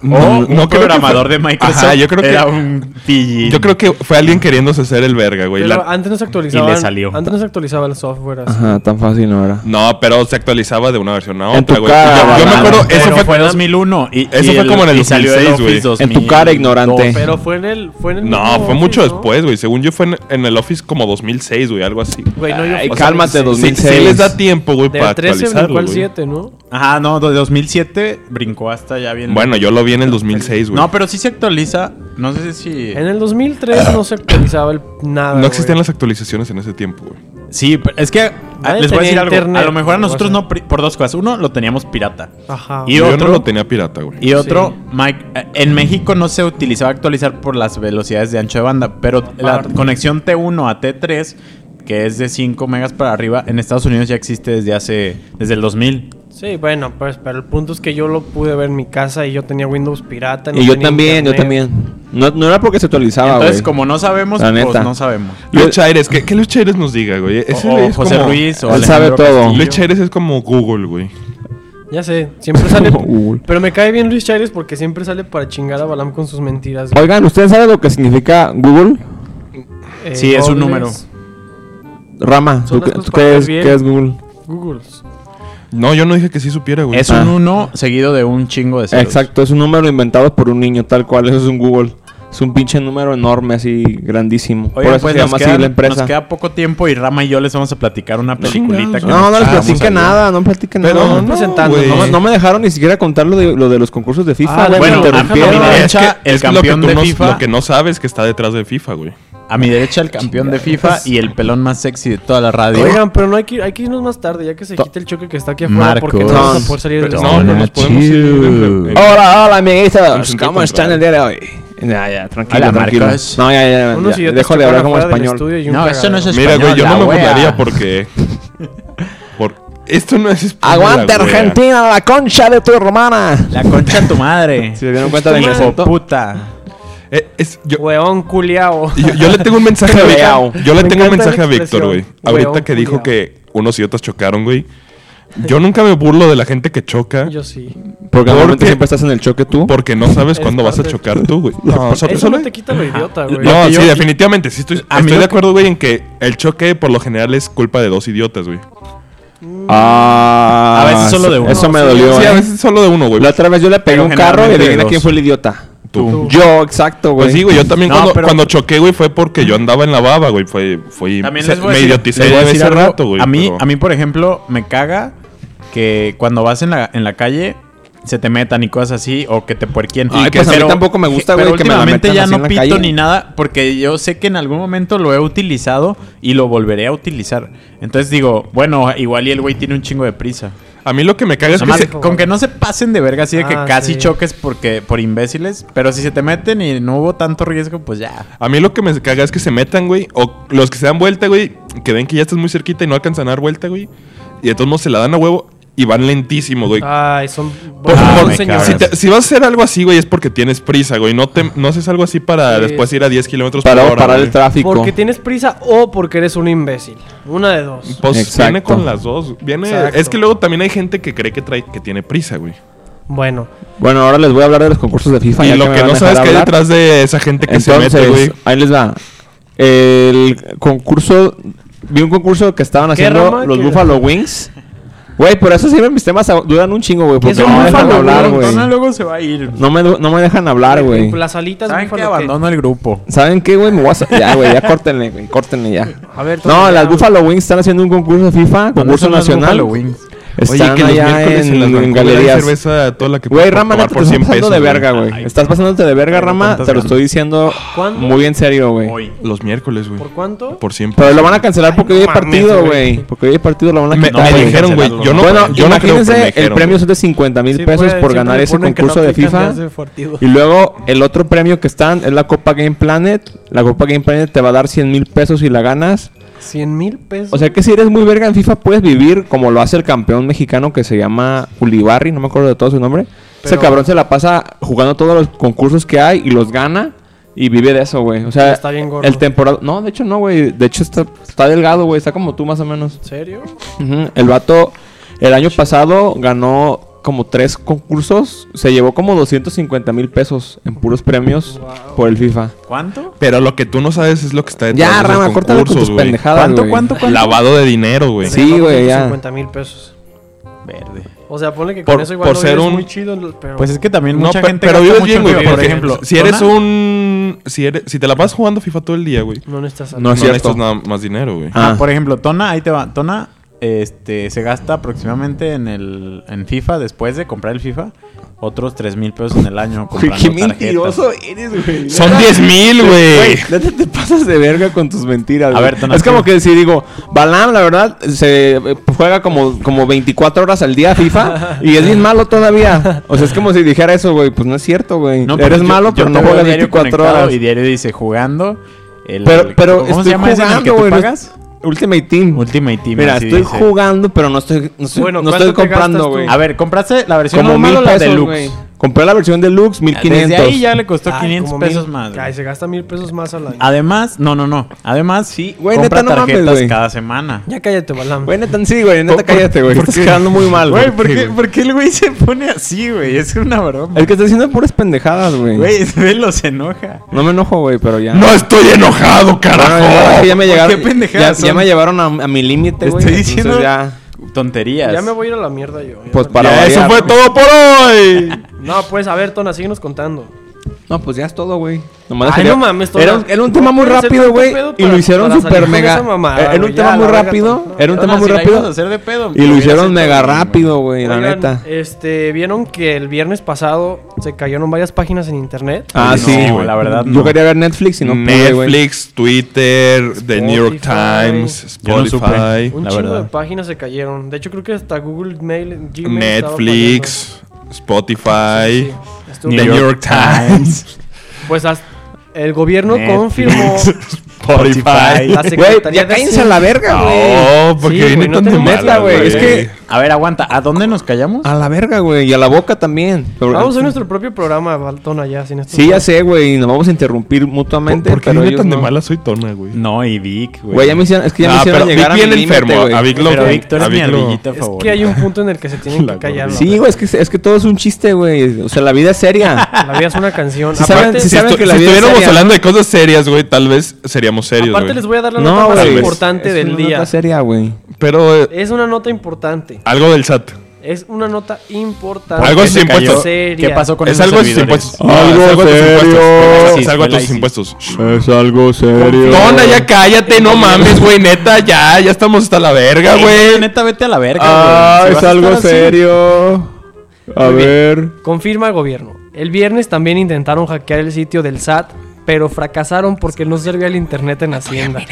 [SPEAKER 1] No,
[SPEAKER 5] o
[SPEAKER 1] no
[SPEAKER 5] un
[SPEAKER 1] creo que
[SPEAKER 5] programador
[SPEAKER 1] fue-
[SPEAKER 5] de Microsoft
[SPEAKER 1] Ajá, yo creo que-
[SPEAKER 5] era un pillín.
[SPEAKER 1] Yo creo que fue alguien queriéndose ser el verga, güey.
[SPEAKER 4] Pero
[SPEAKER 1] La-
[SPEAKER 4] antes no se actualizaba.
[SPEAKER 5] salió.
[SPEAKER 4] Antes no se actualizaba el software así.
[SPEAKER 3] Ajá, tan fácil no era.
[SPEAKER 1] No, pero se actualizaba de una versión a
[SPEAKER 3] En tu
[SPEAKER 1] otra, güey.
[SPEAKER 3] cara,
[SPEAKER 1] Yo, yo me
[SPEAKER 3] banana.
[SPEAKER 1] acuerdo,
[SPEAKER 5] Pero
[SPEAKER 1] eso fue,
[SPEAKER 5] fue en 2001. Y,
[SPEAKER 1] eso fue como en el
[SPEAKER 5] y salió
[SPEAKER 1] 2006, güey.
[SPEAKER 5] Office
[SPEAKER 3] En tu cara, ignorante.
[SPEAKER 4] Pero fue en el. Fue en el
[SPEAKER 1] No,
[SPEAKER 4] mismo
[SPEAKER 1] fue mucho
[SPEAKER 4] Office, ¿no?
[SPEAKER 1] después, güey. Según yo fue en, en el Office como 2006, güey, algo así.
[SPEAKER 4] Güey, no, yo
[SPEAKER 3] Ay,
[SPEAKER 4] fui-
[SPEAKER 3] cálmate,
[SPEAKER 4] sí,
[SPEAKER 1] O sea, sí-
[SPEAKER 3] 2006.
[SPEAKER 1] Sí les da tiempo, güey, para
[SPEAKER 4] Del 13 brincó
[SPEAKER 1] actualizarlo,
[SPEAKER 4] al
[SPEAKER 1] güey.
[SPEAKER 4] 7, ¿no?
[SPEAKER 5] Ajá, no, de 2007 brincó hasta ya bien.
[SPEAKER 1] Bueno, yo lo vi en el 2006, güey.
[SPEAKER 5] No, pero sí se actualiza. No sé si.
[SPEAKER 4] En el 2003 no se actualizaba el nada.
[SPEAKER 1] No existían
[SPEAKER 4] güey.
[SPEAKER 1] las actualizaciones en ese tiempo, güey.
[SPEAKER 5] Sí, pero es que. ah,
[SPEAKER 4] Nadie
[SPEAKER 5] Les
[SPEAKER 4] tenía
[SPEAKER 5] voy a decir algo.
[SPEAKER 4] internet,
[SPEAKER 5] a lo mejor a
[SPEAKER 4] güey,
[SPEAKER 5] nosotros
[SPEAKER 4] o sea.
[SPEAKER 5] no. pri- Por dos cosas. Uno, lo teníamos pirata.
[SPEAKER 4] Ajá.
[SPEAKER 5] Y
[SPEAKER 1] Yo
[SPEAKER 5] otro-
[SPEAKER 1] no lo tenía pirata, güey.
[SPEAKER 5] Y otro, Mike, eh, en México no se utilizaba actualizar por las velocidades de ancho de banda, pero la
[SPEAKER 4] Aparte.
[SPEAKER 5] conexión T1 a T3, que es de 5 megas para arriba, en Estados Unidos ya existe desde hace desde el 2000.
[SPEAKER 4] Sí, bueno, pues, pero el punto es que yo lo pude ver en mi casa y yo tenía Windows pirata. no
[SPEAKER 3] y yo
[SPEAKER 4] tenía
[SPEAKER 3] también, yo
[SPEAKER 4] internet.
[SPEAKER 3] también. No, no era porque se actualizaba, Ah, güey.
[SPEAKER 5] Entonces, como no sabemos,
[SPEAKER 3] La
[SPEAKER 5] pues
[SPEAKER 3] neta.
[SPEAKER 5] no sabemos.
[SPEAKER 1] Luis Aires, ¿qué, qué Luis Aires nos diga, güey? Ese
[SPEAKER 5] O- o
[SPEAKER 1] es
[SPEAKER 5] José
[SPEAKER 1] como-
[SPEAKER 5] Ruiz o
[SPEAKER 3] Él sabe
[SPEAKER 5] Alejandro
[SPEAKER 3] todo.
[SPEAKER 5] Castillo.
[SPEAKER 1] Luis Chávez es como Google, güey.
[SPEAKER 4] Ya sé, siempre sale.
[SPEAKER 3] Uy.
[SPEAKER 4] pero me cae bien Luis Chávez porque siempre sale para chingar a Balam con sus mentiras. güey.
[SPEAKER 3] Oigan, ¿ustedes saben lo que significa Google?
[SPEAKER 4] Eh,
[SPEAKER 5] Sí, es un
[SPEAKER 4] Googles,
[SPEAKER 3] Rama, ¿tú,
[SPEAKER 4] Son las
[SPEAKER 3] qué-
[SPEAKER 4] cosas
[SPEAKER 3] tú
[SPEAKER 4] para
[SPEAKER 3] qué,
[SPEAKER 4] ver
[SPEAKER 3] es,
[SPEAKER 4] bien.
[SPEAKER 3] qué es Google?
[SPEAKER 4] Googles.
[SPEAKER 1] No, yo no dije que sí supiera, güey.
[SPEAKER 5] Es
[SPEAKER 3] Ah.
[SPEAKER 5] un 1 seguido de un chingo de ceros.
[SPEAKER 3] Exacto, es un número inventado por un niño, tal cual. Eso es un Google. Es un pinche número enorme, así, grandísimo.
[SPEAKER 5] Oigan,
[SPEAKER 3] por eso
[SPEAKER 5] pues
[SPEAKER 3] se
[SPEAKER 5] nos
[SPEAKER 3] llama así
[SPEAKER 5] queda,
[SPEAKER 3] la empresa.
[SPEAKER 5] nos queda poco tiempo y Rama y yo les vamos a platicar una peliculita. que
[SPEAKER 3] No, no
[SPEAKER 5] nos
[SPEAKER 3] les
[SPEAKER 5] estábamos
[SPEAKER 3] platica
[SPEAKER 5] aventando.
[SPEAKER 3] nada, no platica
[SPEAKER 1] Pero
[SPEAKER 3] nada.
[SPEAKER 1] no,
[SPEAKER 3] presentando.
[SPEAKER 5] pues,
[SPEAKER 1] güey.
[SPEAKER 3] No, me- no me dejaron ni siquiera contar lo de, lo de los concursos de FIFA.
[SPEAKER 4] Ah,
[SPEAKER 3] güey, me
[SPEAKER 5] bueno,
[SPEAKER 3] interrumpieron.
[SPEAKER 5] a mí me-
[SPEAKER 1] Es que-
[SPEAKER 5] Fecha, el
[SPEAKER 1] es que
[SPEAKER 5] campeón
[SPEAKER 1] lo que
[SPEAKER 5] de
[SPEAKER 1] tú no-
[SPEAKER 5] FIFA.
[SPEAKER 1] Lo que no sabes que está detrás de FIFA, güey.
[SPEAKER 5] A mi derecha el campeón de FIFA y el pelón más sexy de toda la radio.
[SPEAKER 4] Oigan, pero no hay que, ir- hay que irnos más tarde, ya que se quite el choque que está aquí afuera, porque no
[SPEAKER 5] Marcos.
[SPEAKER 4] vamos a poder salir del
[SPEAKER 1] Pero
[SPEAKER 4] estudio.
[SPEAKER 1] no, no nos podemos ir. en-
[SPEAKER 3] eh,
[SPEAKER 1] en-
[SPEAKER 3] Hola, hola, amiguitos.
[SPEAKER 1] sentido
[SPEAKER 3] ¿Cómo están
[SPEAKER 1] contrario.
[SPEAKER 3] el día de hoy? Ya, ya, tranquilo,
[SPEAKER 5] Hola,
[SPEAKER 3] tranquilo.
[SPEAKER 5] Marcos.
[SPEAKER 3] No, ya, ya,
[SPEAKER 4] Unos
[SPEAKER 3] ya.
[SPEAKER 4] idiotas
[SPEAKER 3] Dejo de
[SPEAKER 4] que
[SPEAKER 3] hablar
[SPEAKER 4] fueron
[SPEAKER 3] como
[SPEAKER 4] afuera del
[SPEAKER 3] español.
[SPEAKER 4] estudio y un
[SPEAKER 5] No, eso no
[SPEAKER 4] cagadero.
[SPEAKER 5] es
[SPEAKER 1] Mira, güey, yo no
[SPEAKER 5] español,
[SPEAKER 1] me
[SPEAKER 5] la wea.
[SPEAKER 1] burlaría porque... por- Esto no es spoiler,
[SPEAKER 3] ¡Aguante,
[SPEAKER 1] güey.
[SPEAKER 3] Argentina, la concha de tu hermana!
[SPEAKER 5] La concha de tu madre.
[SPEAKER 3] Oh. Si se dieron cuenta de mi
[SPEAKER 5] Hijo
[SPEAKER 3] acento.
[SPEAKER 5] puta.
[SPEAKER 1] Eh, es- yo,
[SPEAKER 4] Hueón culiao.
[SPEAKER 1] yo- yo le tengo un mensaje a
[SPEAKER 3] Culeao.
[SPEAKER 1] Víctor. Yo le
[SPEAKER 4] Me
[SPEAKER 1] tengo un
[SPEAKER 4] encanta la
[SPEAKER 1] mensaje a Víctor,
[SPEAKER 4] expresión,
[SPEAKER 1] güey.
[SPEAKER 4] güey,
[SPEAKER 1] Ahorita que dijo
[SPEAKER 4] culeao.
[SPEAKER 1] que unos y otros chocaron, güey. Yo nunca me burlo de la gente que choca.
[SPEAKER 4] Yo sí.
[SPEAKER 3] Porque
[SPEAKER 1] Porque-
[SPEAKER 3] normalmente siempre estás en el choque tú.
[SPEAKER 1] Porque no sabes
[SPEAKER 4] Es
[SPEAKER 1] cuándo vas a
[SPEAKER 4] parte de-
[SPEAKER 1] chocar tú, güey. No, nosotros
[SPEAKER 4] Eso
[SPEAKER 1] solo-
[SPEAKER 4] no te quita lo idiota, güey.
[SPEAKER 1] No,
[SPEAKER 5] Lo
[SPEAKER 1] sí,
[SPEAKER 5] que yo-
[SPEAKER 1] definitivamente. Sí estoy
[SPEAKER 5] A mí
[SPEAKER 1] estoy
[SPEAKER 5] lo
[SPEAKER 1] de
[SPEAKER 5] que-
[SPEAKER 1] acuerdo, güey, en que el choque por lo general es culpa de dos idiotas, güey.
[SPEAKER 3] Ah,
[SPEAKER 5] A veces solo de uno.
[SPEAKER 3] Eso me
[SPEAKER 4] Sí,
[SPEAKER 3] dolió.
[SPEAKER 1] Sí, a
[SPEAKER 3] ¿eh?
[SPEAKER 1] veces solo de uno, güey.
[SPEAKER 3] La otra vez yo le pegué
[SPEAKER 5] Pero
[SPEAKER 3] un carro y
[SPEAKER 5] generalmente
[SPEAKER 3] adivina
[SPEAKER 5] dos.
[SPEAKER 3] quién fue el idiota.
[SPEAKER 1] Tú.
[SPEAKER 5] Tú.
[SPEAKER 3] Yo, exacto, güey.
[SPEAKER 1] Pues sí, güey, yo también
[SPEAKER 5] No,
[SPEAKER 1] cuando,
[SPEAKER 5] pero-
[SPEAKER 1] cuando choqué, güey, fue porque yo andaba en la baba, güey. Fue, fue,
[SPEAKER 5] También
[SPEAKER 1] se-
[SPEAKER 5] les voy a
[SPEAKER 1] me
[SPEAKER 5] decir-
[SPEAKER 1] idioticé
[SPEAKER 5] les voy a
[SPEAKER 1] de
[SPEAKER 5] decir
[SPEAKER 1] ese
[SPEAKER 5] algo.
[SPEAKER 1] rato, güey.
[SPEAKER 5] A mí,
[SPEAKER 1] pero-
[SPEAKER 5] a mí, por ejemplo, me caga que cuando vas en la, en la calle se te metan y cosas así o que te puerquien.
[SPEAKER 3] Ay,
[SPEAKER 5] Y que-
[SPEAKER 3] pues a mí tampoco me gusta, güey,
[SPEAKER 5] Pero
[SPEAKER 3] que me la
[SPEAKER 5] últimamente
[SPEAKER 3] metan
[SPEAKER 5] ya
[SPEAKER 3] así en
[SPEAKER 5] no
[SPEAKER 3] la
[SPEAKER 5] pito
[SPEAKER 3] calle.
[SPEAKER 5] ni nada porque yo sé que en algún momento lo he utilizado y lo volveré a utilizar. Entonces digo, bueno, igual y el güey tiene un chingo de prisa.
[SPEAKER 1] A mí lo que me caga es que
[SPEAKER 5] Pues Nomás
[SPEAKER 1] se-
[SPEAKER 5] con que no se pasen de verga así de que
[SPEAKER 4] Ah,
[SPEAKER 5] casi
[SPEAKER 4] sí.
[SPEAKER 5] choques porque por imbéciles, pero si se te meten y no hubo tanto riesgo, pues ya.
[SPEAKER 1] a mí lo que me caga es que se metan, güey, o los que se dan vuelta, güey, que ven que ya estás muy cerquita y no alcanzan a dar vuelta, güey, y de todos modos se la dan a huevo y van lentísimo, güey.
[SPEAKER 4] Ay, son.
[SPEAKER 1] Por-
[SPEAKER 5] Ah,
[SPEAKER 1] por-
[SPEAKER 5] me
[SPEAKER 4] señores.
[SPEAKER 1] si, te- si vas a hacer algo así, güey, es porque tienes prisa, güey. No, te, no haces algo así para
[SPEAKER 4] Sí.
[SPEAKER 1] después ir a 10 kilómetros por
[SPEAKER 3] Pues Para
[SPEAKER 1] hora.
[SPEAKER 3] parar
[SPEAKER 1] güey.
[SPEAKER 3] el tráfico.
[SPEAKER 4] Porque tienes prisa o porque eres un imbécil. Una de dos.
[SPEAKER 1] Pues
[SPEAKER 3] Exacto.
[SPEAKER 1] viene con las dos. Viene,
[SPEAKER 4] Exacto.
[SPEAKER 1] es que luego también hay gente que cree que trae, que tiene prisa, güey.
[SPEAKER 4] Bueno,
[SPEAKER 3] Bueno, ahora les voy a hablar de los concursos de FIFA.
[SPEAKER 1] Y
[SPEAKER 3] ya
[SPEAKER 1] lo
[SPEAKER 3] me
[SPEAKER 1] que
[SPEAKER 3] van
[SPEAKER 1] no
[SPEAKER 3] a dejar
[SPEAKER 1] sabes que hay
[SPEAKER 3] hablar.
[SPEAKER 1] detrás de esa gente que
[SPEAKER 3] Entonces,
[SPEAKER 1] se mete, güey.
[SPEAKER 3] ahí les va. El concurso. Vi un concurso que estaban
[SPEAKER 4] ¿Qué
[SPEAKER 3] haciendo
[SPEAKER 4] rama?
[SPEAKER 3] los
[SPEAKER 4] ¿Qué?
[SPEAKER 3] Buffalo Wings. Güey, por eso sirven mis temas. a- Duran un chingo, güey. Porque
[SPEAKER 4] es
[SPEAKER 3] no
[SPEAKER 4] un
[SPEAKER 3] me dejan
[SPEAKER 4] Buffalo
[SPEAKER 3] hablar,
[SPEAKER 4] Wings?
[SPEAKER 3] güey.
[SPEAKER 5] Abandona, luego se va a ir.
[SPEAKER 3] No me, no me dejan hablar, güey.
[SPEAKER 4] las alitas.
[SPEAKER 5] ¿Saben
[SPEAKER 4] búfalo,
[SPEAKER 5] que
[SPEAKER 4] ¿qué?
[SPEAKER 5] abandono el grupo?
[SPEAKER 3] ¿Saben qué, güey? Me voy a sa- Ya, güey, ya córtenle, güey. Córtenle ya.
[SPEAKER 4] A ver,
[SPEAKER 3] No,
[SPEAKER 4] entonces,
[SPEAKER 3] las
[SPEAKER 4] ya,
[SPEAKER 3] Buffalo Wings están haciendo un concurso de FIFA,
[SPEAKER 5] ¿Dónde
[SPEAKER 3] concurso
[SPEAKER 5] son las
[SPEAKER 3] nacional.
[SPEAKER 5] Buffalo Wings?
[SPEAKER 3] Están allá en,
[SPEAKER 1] las
[SPEAKER 3] en
[SPEAKER 1] Vancouver hay
[SPEAKER 3] galerías.
[SPEAKER 1] cerveza toda la que
[SPEAKER 3] Güey,
[SPEAKER 1] puedes
[SPEAKER 3] Rama,
[SPEAKER 1] tomar
[SPEAKER 3] neta, te estás pasando de
[SPEAKER 1] güey.
[SPEAKER 3] verga, güey.
[SPEAKER 5] Ay,
[SPEAKER 3] Estás pasándote de verga,
[SPEAKER 5] Tengo
[SPEAKER 3] Rama.
[SPEAKER 5] tantas
[SPEAKER 3] Te lo
[SPEAKER 5] ganas.
[SPEAKER 3] estoy diciendo
[SPEAKER 4] ¿Cuándo?
[SPEAKER 3] muy en serio, güey.
[SPEAKER 5] Hoy.
[SPEAKER 1] Los miércoles, güey.
[SPEAKER 4] ¿Por cuánto?
[SPEAKER 1] Por 100
[SPEAKER 3] Pero
[SPEAKER 1] pesos.
[SPEAKER 3] lo van a cancelar porque hoy hay
[SPEAKER 4] mames,
[SPEAKER 3] partido,
[SPEAKER 4] güey.
[SPEAKER 3] güey. Porque hoy hay partido, lo van a
[SPEAKER 1] Me,
[SPEAKER 3] quitar.
[SPEAKER 1] me
[SPEAKER 3] güey.
[SPEAKER 1] dijeron, güey. Yo no, yo
[SPEAKER 3] bueno,
[SPEAKER 1] no creo que
[SPEAKER 3] imagínense,
[SPEAKER 1] me
[SPEAKER 3] el
[SPEAKER 1] dijeron,
[SPEAKER 3] premio
[SPEAKER 1] güey.
[SPEAKER 3] son de 50 mil
[SPEAKER 4] Sí,
[SPEAKER 3] pesos
[SPEAKER 4] puede,
[SPEAKER 3] por
[SPEAKER 4] siempre
[SPEAKER 3] ganar
[SPEAKER 4] le
[SPEAKER 3] ese
[SPEAKER 4] ponen que no
[SPEAKER 3] concurso de
[SPEAKER 4] aplican
[SPEAKER 3] FIFA.
[SPEAKER 4] las de partido.
[SPEAKER 3] Y luego el otro premio que están es la Copa Game Planet. La Copa Game Planet te va a dar 100 mil pesos si la ganas.
[SPEAKER 4] 100 mil pesos.
[SPEAKER 3] O sea que si eres muy verga en FIFA puedes vivir como lo hace el campeón mexicano que se llama Ulibarri, no me acuerdo de todo su nombre. Ese
[SPEAKER 4] Pero-
[SPEAKER 3] cabrón se la pasa jugando todos los concursos que hay y los gana y vive de eso, güey. O sea,
[SPEAKER 4] Está bien gordo.
[SPEAKER 3] el temporada... No, de hecho no, güey. De hecho está, está delgado, güey. Está como tú más o menos.
[SPEAKER 4] ¿En serio?
[SPEAKER 3] Ujú. El vato el año pasado ganó como tres concursos. Se llevó como 250 mil pesos en puros premios
[SPEAKER 4] Wow.
[SPEAKER 3] por el FIFA.
[SPEAKER 5] ¿Cuánto?
[SPEAKER 1] Pero lo que tú no sabes es lo que está detrás de
[SPEAKER 3] Ya,
[SPEAKER 1] esos
[SPEAKER 3] Rama, córtale con tus
[SPEAKER 1] concursos, güey.
[SPEAKER 3] pendejadas,
[SPEAKER 5] ¿Cuánto,
[SPEAKER 3] güey.
[SPEAKER 5] cuánto, cuánto?
[SPEAKER 1] Lavado de dinero, güey.
[SPEAKER 3] Sí, güey, ya.
[SPEAKER 4] 50 mil pesos.
[SPEAKER 5] Verde.
[SPEAKER 4] O sea, ponle que
[SPEAKER 1] Por-
[SPEAKER 4] con eso igual
[SPEAKER 1] por
[SPEAKER 4] no
[SPEAKER 1] ser
[SPEAKER 4] vives
[SPEAKER 1] un-
[SPEAKER 4] muy chido, pero...
[SPEAKER 5] Pues es que también
[SPEAKER 1] No,
[SPEAKER 5] mucha
[SPEAKER 1] pe-
[SPEAKER 5] gente
[SPEAKER 1] pero
[SPEAKER 5] gasta
[SPEAKER 1] vives
[SPEAKER 5] mucho
[SPEAKER 1] bien,
[SPEAKER 5] en
[SPEAKER 1] güey.
[SPEAKER 5] FIFA,
[SPEAKER 1] Por ejemplo, si eres
[SPEAKER 5] ¿Tona?
[SPEAKER 1] un. Si, eres, si te la pasas jugando FIFA todo el día, güey.
[SPEAKER 4] No necesitas...
[SPEAKER 3] No es
[SPEAKER 1] No
[SPEAKER 3] cierto.
[SPEAKER 1] necesitas nada más dinero, güey.
[SPEAKER 5] Ah,
[SPEAKER 3] Ah.
[SPEAKER 5] por ejemplo, Tona, ahí te va. Tona este, se gasta aproximadamente en el en FIFA, después de comprar el FIFA, otros 3 mil pesos en el año.
[SPEAKER 3] Güey, qué
[SPEAKER 5] comprando tarjetas.
[SPEAKER 3] mentiroso eres, güey.
[SPEAKER 1] Son 10 mil, güey.
[SPEAKER 3] Güey, neta te pasas de verga con tus mentiras.
[SPEAKER 5] A
[SPEAKER 3] güey.
[SPEAKER 5] ver, Tonatiuh.
[SPEAKER 3] es como que si digo, Balam, la verdad, se eh, juega como, como 24 horas al día FIFA y es bien malo todavía. O sea, es como si dijera eso, güey. Pues no es cierto, güey.
[SPEAKER 5] No,
[SPEAKER 3] Eres
[SPEAKER 5] porque yo-
[SPEAKER 3] malo,
[SPEAKER 5] yo
[SPEAKER 3] pero
[SPEAKER 5] te
[SPEAKER 3] no
[SPEAKER 5] veo
[SPEAKER 3] juegas
[SPEAKER 5] diario
[SPEAKER 3] 24
[SPEAKER 5] conectado
[SPEAKER 3] horas.
[SPEAKER 5] Y diario dice jugando. El,
[SPEAKER 3] Pero, pero
[SPEAKER 5] ¿Cómo
[SPEAKER 3] estoy
[SPEAKER 5] se llama ese en el
[SPEAKER 3] jugando,
[SPEAKER 5] que tú
[SPEAKER 3] güey. no es-
[SPEAKER 5] pagas?
[SPEAKER 3] Ultimate Team.
[SPEAKER 5] Ultimate Team.
[SPEAKER 3] Mira,
[SPEAKER 5] así
[SPEAKER 3] estoy
[SPEAKER 5] dice.
[SPEAKER 3] jugando, pero no estoy, no estoy,
[SPEAKER 4] Bueno,
[SPEAKER 3] no estoy
[SPEAKER 4] ¿cuánto te
[SPEAKER 3] comprando,
[SPEAKER 4] gastas tú?
[SPEAKER 3] güey.
[SPEAKER 5] A ver, ¿compraste la versión
[SPEAKER 3] Como
[SPEAKER 5] normal
[SPEAKER 3] mil
[SPEAKER 5] o la
[SPEAKER 3] pesos, güey.
[SPEAKER 5] deluxe? Ah,
[SPEAKER 3] Compré la versión deluxe, 1500.
[SPEAKER 5] Desde ahí ya le costó
[SPEAKER 4] Ay,
[SPEAKER 5] 500
[SPEAKER 4] como
[SPEAKER 5] pesos
[SPEAKER 4] mil-
[SPEAKER 5] más. güey.
[SPEAKER 4] Ay, se gasta mil pesos más al año.
[SPEAKER 5] Además, no, no, no. Además, sí,
[SPEAKER 3] Güey,
[SPEAKER 5] compra
[SPEAKER 3] neta, no mames,
[SPEAKER 5] tarjetas
[SPEAKER 3] güey.
[SPEAKER 5] cada semana.
[SPEAKER 4] Ya cállate, Balam.
[SPEAKER 3] Güey, neta, sí, güey. Neta,
[SPEAKER 1] ¿Por-
[SPEAKER 3] cállate, güey.
[SPEAKER 1] por
[SPEAKER 3] Estás
[SPEAKER 1] qué?
[SPEAKER 3] quedando muy mal,
[SPEAKER 5] Güey, ¿por
[SPEAKER 1] Sí,
[SPEAKER 5] qué,
[SPEAKER 1] güey.
[SPEAKER 5] por qué el güey se pone así, güey? Es una broma.
[SPEAKER 3] El que está haciendo puras pendejadas, güey.
[SPEAKER 5] Güey, velo, se enoja.
[SPEAKER 3] No me enojo, güey, pero ya.
[SPEAKER 1] No estoy enojado,
[SPEAKER 3] Bueno, ya, ahora sí
[SPEAKER 1] carajo.
[SPEAKER 3] ya me llegaron.
[SPEAKER 5] ¿Qué pendejadas
[SPEAKER 3] ya, ya
[SPEAKER 5] son?
[SPEAKER 3] me llevaron a, a mi límite,
[SPEAKER 5] Te
[SPEAKER 3] güey.
[SPEAKER 5] estoy
[SPEAKER 3] entonces
[SPEAKER 5] diciendo-
[SPEAKER 3] Ya,
[SPEAKER 5] Tonterías.
[SPEAKER 4] Ya me voy a ir a la mierda yo. ya
[SPEAKER 3] pues
[SPEAKER 4] me-
[SPEAKER 3] para.
[SPEAKER 1] Ya, eso
[SPEAKER 3] variar.
[SPEAKER 1] fue todo por hoy.
[SPEAKER 4] No, pues a ver, Tona, síguenos contando.
[SPEAKER 3] No, pues ya es todo, güey. Nomás
[SPEAKER 4] Ay,
[SPEAKER 3] quería-
[SPEAKER 4] no mames, todo.
[SPEAKER 3] Era, un- era un tema
[SPEAKER 4] No
[SPEAKER 3] muy
[SPEAKER 4] puede ser
[SPEAKER 3] rápido,
[SPEAKER 4] tanto
[SPEAKER 3] güey.
[SPEAKER 4] pedo
[SPEAKER 3] Y lo
[SPEAKER 4] para-
[SPEAKER 3] hicieron
[SPEAKER 4] para salir
[SPEAKER 3] super
[SPEAKER 4] con
[SPEAKER 3] mega.
[SPEAKER 4] esa mamada,
[SPEAKER 3] era un
[SPEAKER 4] güey,
[SPEAKER 3] tema
[SPEAKER 4] ya,
[SPEAKER 3] muy
[SPEAKER 4] la verga,
[SPEAKER 3] rápido.
[SPEAKER 4] todo.
[SPEAKER 3] Era un tema
[SPEAKER 5] Perdona,
[SPEAKER 3] muy
[SPEAKER 5] si la ibas a
[SPEAKER 3] rápido.
[SPEAKER 5] hacer de pedo,
[SPEAKER 3] Y lo
[SPEAKER 5] hubieras hecho
[SPEAKER 3] hicieron mega
[SPEAKER 5] bien, güey.
[SPEAKER 3] rápido, güey, la
[SPEAKER 4] Oigan,
[SPEAKER 3] neta.
[SPEAKER 4] Este, vieron que el viernes pasado se cayeron varias páginas en internet.
[SPEAKER 3] Ah,
[SPEAKER 1] No,
[SPEAKER 3] sí.
[SPEAKER 1] güey.
[SPEAKER 5] la verdad,
[SPEAKER 3] Yo
[SPEAKER 5] no.
[SPEAKER 3] quería ver Netflix y no pude, güey.
[SPEAKER 1] Netflix, Twitter, The New York
[SPEAKER 4] Spotify.
[SPEAKER 1] Times,
[SPEAKER 5] Yo no supe.
[SPEAKER 1] Spotify,
[SPEAKER 4] Un
[SPEAKER 5] la
[SPEAKER 4] chingo
[SPEAKER 5] verdad.
[SPEAKER 4] de páginas se cayeron. De hecho, creo que hasta Google Mail, Gmail estaba
[SPEAKER 1] Netflix, Spotify,
[SPEAKER 4] fallando. Sí, estuvo-
[SPEAKER 1] The New York Times.
[SPEAKER 4] Pues hasta el gobierno
[SPEAKER 5] Netflix.
[SPEAKER 4] confirmó
[SPEAKER 1] Spotify.
[SPEAKER 4] La
[SPEAKER 3] Güey,
[SPEAKER 4] Secretaría
[SPEAKER 3] ya
[SPEAKER 4] de
[SPEAKER 3] cállense a la verga, güey.
[SPEAKER 1] No, Ah, oh, porque
[SPEAKER 4] Sí,
[SPEAKER 1] viene
[SPEAKER 4] güey, no
[SPEAKER 1] tan
[SPEAKER 4] te
[SPEAKER 1] de
[SPEAKER 4] metas,
[SPEAKER 1] malas,
[SPEAKER 3] güey. Es que-
[SPEAKER 5] A ver, aguanta. ¿A dónde nos callamos?
[SPEAKER 3] A la verga, güey. Y a la boca también. Pero-
[SPEAKER 4] Vamos a hacer nuestro propio programa, Baltón, allá. Sin estos
[SPEAKER 3] Sí, ya sé, güey. y Nos vamos a interrumpir mutuamente.
[SPEAKER 1] ¿Por qué
[SPEAKER 3] pero
[SPEAKER 1] viene
[SPEAKER 3] ellos
[SPEAKER 1] tan de
[SPEAKER 3] no.
[SPEAKER 1] malas soy tona, güey?
[SPEAKER 5] No, y Vic, güey.
[SPEAKER 3] Güey, ya me hicieron... Es que ya me
[SPEAKER 1] Ah,
[SPEAKER 3] hicieron
[SPEAKER 1] pero
[SPEAKER 3] llegar
[SPEAKER 1] Vic
[SPEAKER 3] a mi
[SPEAKER 1] bien
[SPEAKER 3] límite,
[SPEAKER 1] enfermo.
[SPEAKER 3] güey.
[SPEAKER 1] A Vic lo...
[SPEAKER 5] Pero
[SPEAKER 1] a
[SPEAKER 5] Víctor es mi
[SPEAKER 1] Vic lo-
[SPEAKER 5] ardillita
[SPEAKER 4] Es
[SPEAKER 5] favorita.
[SPEAKER 4] que hay un punto en el que se tienen
[SPEAKER 1] La
[SPEAKER 4] que callar. la
[SPEAKER 3] Sí,
[SPEAKER 4] verdad.
[SPEAKER 3] güey. Es que, es que todo es un chiste, güey. O sea, la vida es seria.
[SPEAKER 4] La vida es una canción.
[SPEAKER 3] Sí
[SPEAKER 4] aparte,
[SPEAKER 3] saben- sí
[SPEAKER 1] Si,
[SPEAKER 3] saben
[SPEAKER 1] estu-
[SPEAKER 3] que la
[SPEAKER 1] si
[SPEAKER 3] vida es
[SPEAKER 1] estuviéramos
[SPEAKER 3] seria.
[SPEAKER 1] hablando de cosas serias, güey, tal vez seríamos serios,
[SPEAKER 4] aparte
[SPEAKER 1] güey.
[SPEAKER 4] les voy a dar la
[SPEAKER 3] No,
[SPEAKER 4] nota más
[SPEAKER 3] güey. es-
[SPEAKER 4] importante
[SPEAKER 3] es
[SPEAKER 4] del
[SPEAKER 3] una
[SPEAKER 4] día.
[SPEAKER 3] nota seria, güey.
[SPEAKER 1] Pero eh,
[SPEAKER 4] Es una nota importante.
[SPEAKER 1] algo del SAT.
[SPEAKER 4] Es una nota importante.
[SPEAKER 1] Algo
[SPEAKER 5] ¿Qué
[SPEAKER 1] sin
[SPEAKER 5] se
[SPEAKER 1] impuestos.
[SPEAKER 5] cayó?
[SPEAKER 4] Seria.
[SPEAKER 5] ¿Qué pasó con
[SPEAKER 1] Es
[SPEAKER 5] esos
[SPEAKER 1] algo de sus
[SPEAKER 5] servidores?
[SPEAKER 3] pues,
[SPEAKER 1] impuestos.
[SPEAKER 5] Ah,
[SPEAKER 1] No, es algo de tus impuestos.
[SPEAKER 5] Sí,
[SPEAKER 1] Es algo de
[SPEAKER 5] fue la
[SPEAKER 1] tus
[SPEAKER 5] ISIS.
[SPEAKER 1] impuestos.
[SPEAKER 2] Es algo serio.
[SPEAKER 1] Tona, ya cállate, no mames, güey, neta, ya, ya estamos hasta la verga,
[SPEAKER 5] Güey,
[SPEAKER 1] güey.
[SPEAKER 5] neta, vete a la verga,
[SPEAKER 2] Ah,
[SPEAKER 5] güey. Si
[SPEAKER 2] es
[SPEAKER 5] vas a
[SPEAKER 2] algo
[SPEAKER 5] estar así-
[SPEAKER 2] serio. A
[SPEAKER 4] Muy bien.
[SPEAKER 2] ver.
[SPEAKER 4] Confirma el gobierno. El viernes también intentaron hackear el sitio del SAT, pero fracasaron porque no servía el internet en Hacienda.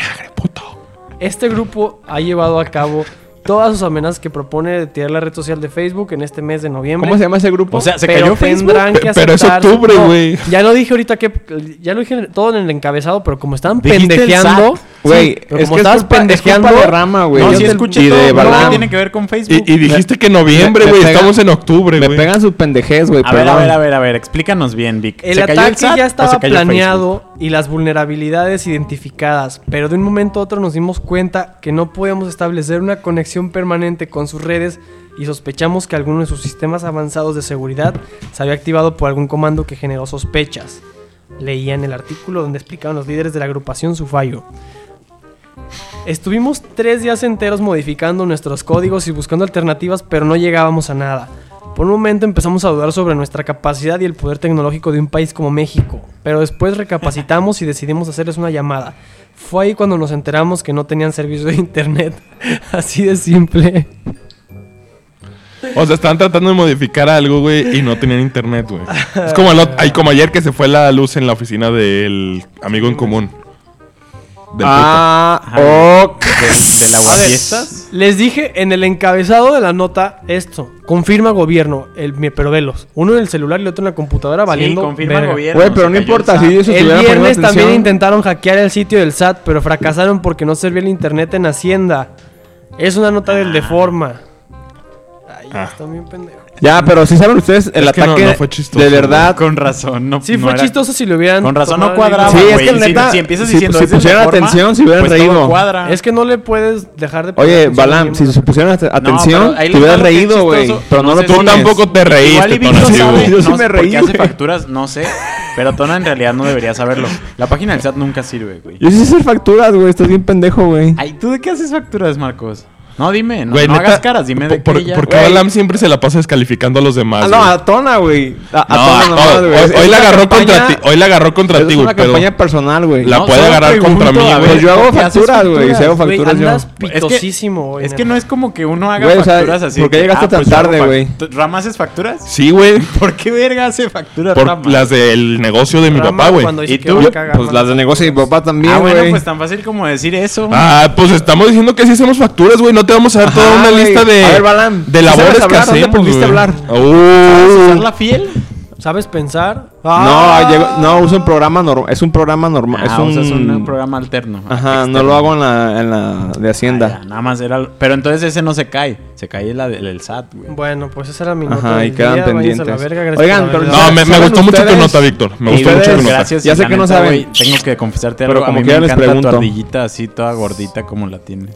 [SPEAKER 4] Este grupo ha llevado a cabo todas sus amenazas que propone de tirar la red social de Facebook en este mes de noviembre.
[SPEAKER 3] ¿Cómo se llama ese grupo?
[SPEAKER 5] O sea, se
[SPEAKER 4] pero
[SPEAKER 5] cayó Facebook.
[SPEAKER 4] tendrán que
[SPEAKER 1] Pe- pero es
[SPEAKER 4] aceptar-
[SPEAKER 1] octubre,
[SPEAKER 4] No,
[SPEAKER 1] güey.
[SPEAKER 4] ya lo dije ahorita que ya lo dije en- todo en el encabezado, pero como estaban
[SPEAKER 5] Dijiste el
[SPEAKER 4] pendejeando,
[SPEAKER 5] SAT.
[SPEAKER 3] Güey,
[SPEAKER 4] pero
[SPEAKER 3] es
[SPEAKER 4] como
[SPEAKER 3] que es
[SPEAKER 4] estabas
[SPEAKER 3] culpa,
[SPEAKER 4] pendejeando-
[SPEAKER 3] es culpa de Rama, güey.
[SPEAKER 5] No,
[SPEAKER 3] Yo
[SPEAKER 5] sí
[SPEAKER 3] te-
[SPEAKER 5] escuché
[SPEAKER 3] y
[SPEAKER 5] todo.
[SPEAKER 3] de
[SPEAKER 5] ¿no? ¿Qué
[SPEAKER 3] Balán.
[SPEAKER 5] tiene que ver con Facebook?
[SPEAKER 1] Y, y dijiste que noviembre,
[SPEAKER 3] Me- me
[SPEAKER 1] güey,
[SPEAKER 3] pega-
[SPEAKER 1] estamos en octubre,
[SPEAKER 3] Me
[SPEAKER 1] güey.
[SPEAKER 3] pegan sus pendejez, güey.
[SPEAKER 5] A ver, a
[SPEAKER 3] perdón.
[SPEAKER 5] ver, a ver, a ver, explícanos bien, Vic.
[SPEAKER 4] El
[SPEAKER 5] ¿Se
[SPEAKER 4] ataque
[SPEAKER 5] cayó SAT
[SPEAKER 4] ya
[SPEAKER 5] o
[SPEAKER 4] estaba
[SPEAKER 5] se cayó Facebook?
[SPEAKER 4] planeado y las vulnerabilidades identificadas, pero de un momento a otro nos dimos cuenta que no podíamos establecer una conexión permanente con sus redes y sospechamos que alguno de sus sistemas avanzados de seguridad se había activado por algún comando que generó sospechas. Leía en el artículo donde explicaban los líderes de la agrupación su fallo. Estuvimos tres días enteros modificando nuestros códigos y buscando alternativas, pero no llegábamos a nada. Por un momento empezamos a dudar sobre nuestra capacidad y el poder tecnológico de un país como México, pero después recapacitamos y decidimos hacerles una llamada. Fue ahí cuando nos enteramos que no tenían servicio de internet. Así de simple.
[SPEAKER 1] O sea, estaban tratando de modificar algo, güey, y no tenían internet, güey. Es como, el ot- ay, como ayer que se fue la luz en la oficina del amigo en común. Del
[SPEAKER 3] Ah,
[SPEAKER 5] Ajá.
[SPEAKER 3] ok.
[SPEAKER 5] ¿Del, del aguafiestas?
[SPEAKER 4] Les dije en el encabezado de la nota esto. Confirma gobierno, el, pero velos. Uno en el celular y el otro en la computadora valiendo. verga.
[SPEAKER 3] Güey, pero no
[SPEAKER 5] se cayó
[SPEAKER 3] importa.
[SPEAKER 5] el
[SPEAKER 3] Si
[SPEAKER 5] SAT.
[SPEAKER 3] ellos
[SPEAKER 4] El
[SPEAKER 3] estuvieran poniendo
[SPEAKER 4] viernes también
[SPEAKER 3] atención-
[SPEAKER 4] intentaron hackear el sitio del SAT, pero fracasaron porque no servía el internet en Hacienda. Es una nota
[SPEAKER 5] Ah.
[SPEAKER 4] del Deforma. Ay,
[SPEAKER 1] Ah.
[SPEAKER 4] están bien pendejos.
[SPEAKER 3] Ya, pero si saben ustedes el
[SPEAKER 1] Es que no-
[SPEAKER 3] ataque
[SPEAKER 1] no fue chistoso,
[SPEAKER 3] de
[SPEAKER 1] güey.
[SPEAKER 3] verdad.
[SPEAKER 5] Con razón, no
[SPEAKER 4] Sí,
[SPEAKER 5] no
[SPEAKER 4] fue
[SPEAKER 5] era-
[SPEAKER 4] chistoso si lo hubieran.
[SPEAKER 5] Con razón
[SPEAKER 4] tomado
[SPEAKER 5] no
[SPEAKER 4] en
[SPEAKER 5] cuadraba,
[SPEAKER 4] cuenta.
[SPEAKER 3] Sí, es
[SPEAKER 5] güey.
[SPEAKER 3] que
[SPEAKER 5] Si-
[SPEAKER 3] neta,
[SPEAKER 5] Si, empiezas
[SPEAKER 3] si-
[SPEAKER 5] diciendo...
[SPEAKER 3] si
[SPEAKER 5] "Es de la
[SPEAKER 3] pusieran
[SPEAKER 5] forma",
[SPEAKER 3] atención, si hubieran
[SPEAKER 5] pues todo
[SPEAKER 3] reído.
[SPEAKER 5] cuadra.
[SPEAKER 4] Es que no le puedes dejar de. poner
[SPEAKER 3] Oye,
[SPEAKER 4] atención
[SPEAKER 3] Balán,
[SPEAKER 4] a
[SPEAKER 3] si se
[SPEAKER 4] alguien.
[SPEAKER 3] pusieran at- atención,
[SPEAKER 5] pero ahí
[SPEAKER 3] te
[SPEAKER 5] les
[SPEAKER 3] hubieras
[SPEAKER 5] digo que es
[SPEAKER 3] reído, güey.
[SPEAKER 5] chistoso.
[SPEAKER 3] Pero no,
[SPEAKER 5] No
[SPEAKER 3] lo
[SPEAKER 5] sé
[SPEAKER 1] Puta. Tú
[SPEAKER 5] si-
[SPEAKER 3] pones.
[SPEAKER 1] tampoco te
[SPEAKER 5] Igual
[SPEAKER 1] reíste,
[SPEAKER 5] y Vic
[SPEAKER 1] Tona,
[SPEAKER 5] no
[SPEAKER 1] sí,
[SPEAKER 5] sabe,
[SPEAKER 1] güey.
[SPEAKER 3] Yo
[SPEAKER 5] no
[SPEAKER 3] sí me
[SPEAKER 5] sé por
[SPEAKER 3] reí,
[SPEAKER 5] qué hace
[SPEAKER 3] güey.
[SPEAKER 5] facturas, no sé. Pero Tona en realidad no debería saberlo. La página del SAT nunca sirve, güey.
[SPEAKER 3] Yo sí sé hacer facturas, güey. Estás bien pendejo, güey.
[SPEAKER 5] Ay, ¿tú de qué haces facturas, Marcos? No, dime, no,
[SPEAKER 1] Güey,
[SPEAKER 5] no
[SPEAKER 1] neta,
[SPEAKER 5] hagas caras, dime de
[SPEAKER 1] por,
[SPEAKER 5] qué ya.
[SPEAKER 1] por qué
[SPEAKER 5] güey.
[SPEAKER 1] Alam siempre se la pasa descalificando a los demás.
[SPEAKER 3] Ah, no,
[SPEAKER 1] güey?
[SPEAKER 3] a Tona, güey. A, a
[SPEAKER 1] No,
[SPEAKER 3] Tona
[SPEAKER 1] a-
[SPEAKER 3] nomás,
[SPEAKER 1] hoy-
[SPEAKER 3] güey. Es-
[SPEAKER 1] hoy,
[SPEAKER 3] es
[SPEAKER 1] la
[SPEAKER 3] una
[SPEAKER 1] agarró
[SPEAKER 3] campaña-
[SPEAKER 1] contra ti, hoy la agarró contra ti,
[SPEAKER 3] Es una
[SPEAKER 1] güey, pero
[SPEAKER 3] campaña personal, güey.
[SPEAKER 1] la
[SPEAKER 5] No,
[SPEAKER 1] puede
[SPEAKER 5] solo
[SPEAKER 1] agarrar
[SPEAKER 5] pregunto,
[SPEAKER 1] contra mí,
[SPEAKER 5] a
[SPEAKER 1] güey.
[SPEAKER 3] Pues yo hago
[SPEAKER 5] ¿qué haces
[SPEAKER 3] facturas, güey. Si hago
[SPEAKER 4] Güey,
[SPEAKER 3] facturas yo.
[SPEAKER 4] andas
[SPEAKER 5] Es que-
[SPEAKER 4] pitosísimo, güey,
[SPEAKER 5] Es que no es como que uno haga
[SPEAKER 3] Güey, o sea,
[SPEAKER 5] facturas así.
[SPEAKER 3] ¿por qué
[SPEAKER 5] que, "Ah, pues
[SPEAKER 3] llegaste tan
[SPEAKER 5] yo hago
[SPEAKER 3] tarde,
[SPEAKER 5] fac-
[SPEAKER 3] güey?
[SPEAKER 5] ¿Tú- ¿Rama haces facturas?
[SPEAKER 1] Sí, güey.
[SPEAKER 5] ¿Por qué verga hace facturas, Rama?
[SPEAKER 1] Por las del negocio de mi
[SPEAKER 4] Rama,
[SPEAKER 1] papá, güey.
[SPEAKER 4] cuando dice
[SPEAKER 5] ¿Y
[SPEAKER 4] que
[SPEAKER 5] tú?
[SPEAKER 4] va a
[SPEAKER 5] Yo-
[SPEAKER 4] cagar,
[SPEAKER 3] Pues
[SPEAKER 4] manda
[SPEAKER 3] las de negocio de mi papá
[SPEAKER 5] Ah,
[SPEAKER 3] también,
[SPEAKER 5] bueno,
[SPEAKER 3] güey.
[SPEAKER 5] pues tan fácil como decir eso.
[SPEAKER 1] Ah, pues estamos diciendo que sí hacemos facturas, güey. No te vamos a dar toda
[SPEAKER 3] Ajá,
[SPEAKER 1] una
[SPEAKER 3] güey.
[SPEAKER 1] lista de,
[SPEAKER 3] A ver, Balam,
[SPEAKER 1] de
[SPEAKER 3] ¿sí
[SPEAKER 1] labores
[SPEAKER 3] sabes
[SPEAKER 1] que
[SPEAKER 3] hablar? ¿No te
[SPEAKER 1] hacemos.
[SPEAKER 3] aprendiste a
[SPEAKER 1] güey.
[SPEAKER 3] hablar?
[SPEAKER 1] Uh.
[SPEAKER 5] ¿Usar la fiel?
[SPEAKER 4] ¿Sabes pensar?
[SPEAKER 3] Uh,
[SPEAKER 4] Ah,
[SPEAKER 3] No, llego- no, uso un programa normal. Es un programa normal.
[SPEAKER 5] Ah,
[SPEAKER 3] es un,
[SPEAKER 5] o sea, es un programa alterno.
[SPEAKER 3] Ajá,
[SPEAKER 5] externo.
[SPEAKER 3] no lo hago en la, en la de
[SPEAKER 5] Ah,
[SPEAKER 3] Hacienda.
[SPEAKER 5] ya, nada más era... Pero entonces ese no se cae. Se cae la del el SAT, güey.
[SPEAKER 4] Bueno, pues esa era mi nota.
[SPEAKER 3] Ajá, y
[SPEAKER 4] del
[SPEAKER 3] quedan
[SPEAKER 4] día. Váyanse a la
[SPEAKER 3] pendientes.
[SPEAKER 4] verga, gracias
[SPEAKER 3] Oigan,
[SPEAKER 4] por haber
[SPEAKER 3] pero-
[SPEAKER 4] dado-
[SPEAKER 1] No, me, me
[SPEAKER 3] Ah, ¿Saben
[SPEAKER 1] gustó mucho tu
[SPEAKER 3] ustedes?
[SPEAKER 1] nota, Víctor. Me gustó mucho
[SPEAKER 3] ustedes?
[SPEAKER 1] tu nota.
[SPEAKER 5] Gracias.
[SPEAKER 3] Ya
[SPEAKER 5] y
[SPEAKER 3] sé
[SPEAKER 5] la
[SPEAKER 3] que no saben.
[SPEAKER 5] güey, tengo que confesarte algo.
[SPEAKER 3] Pero como
[SPEAKER 5] a mí me
[SPEAKER 3] quiera les
[SPEAKER 5] encanta tu
[SPEAKER 3] pregunto.
[SPEAKER 5] ardillita así toda gordita como la tienes.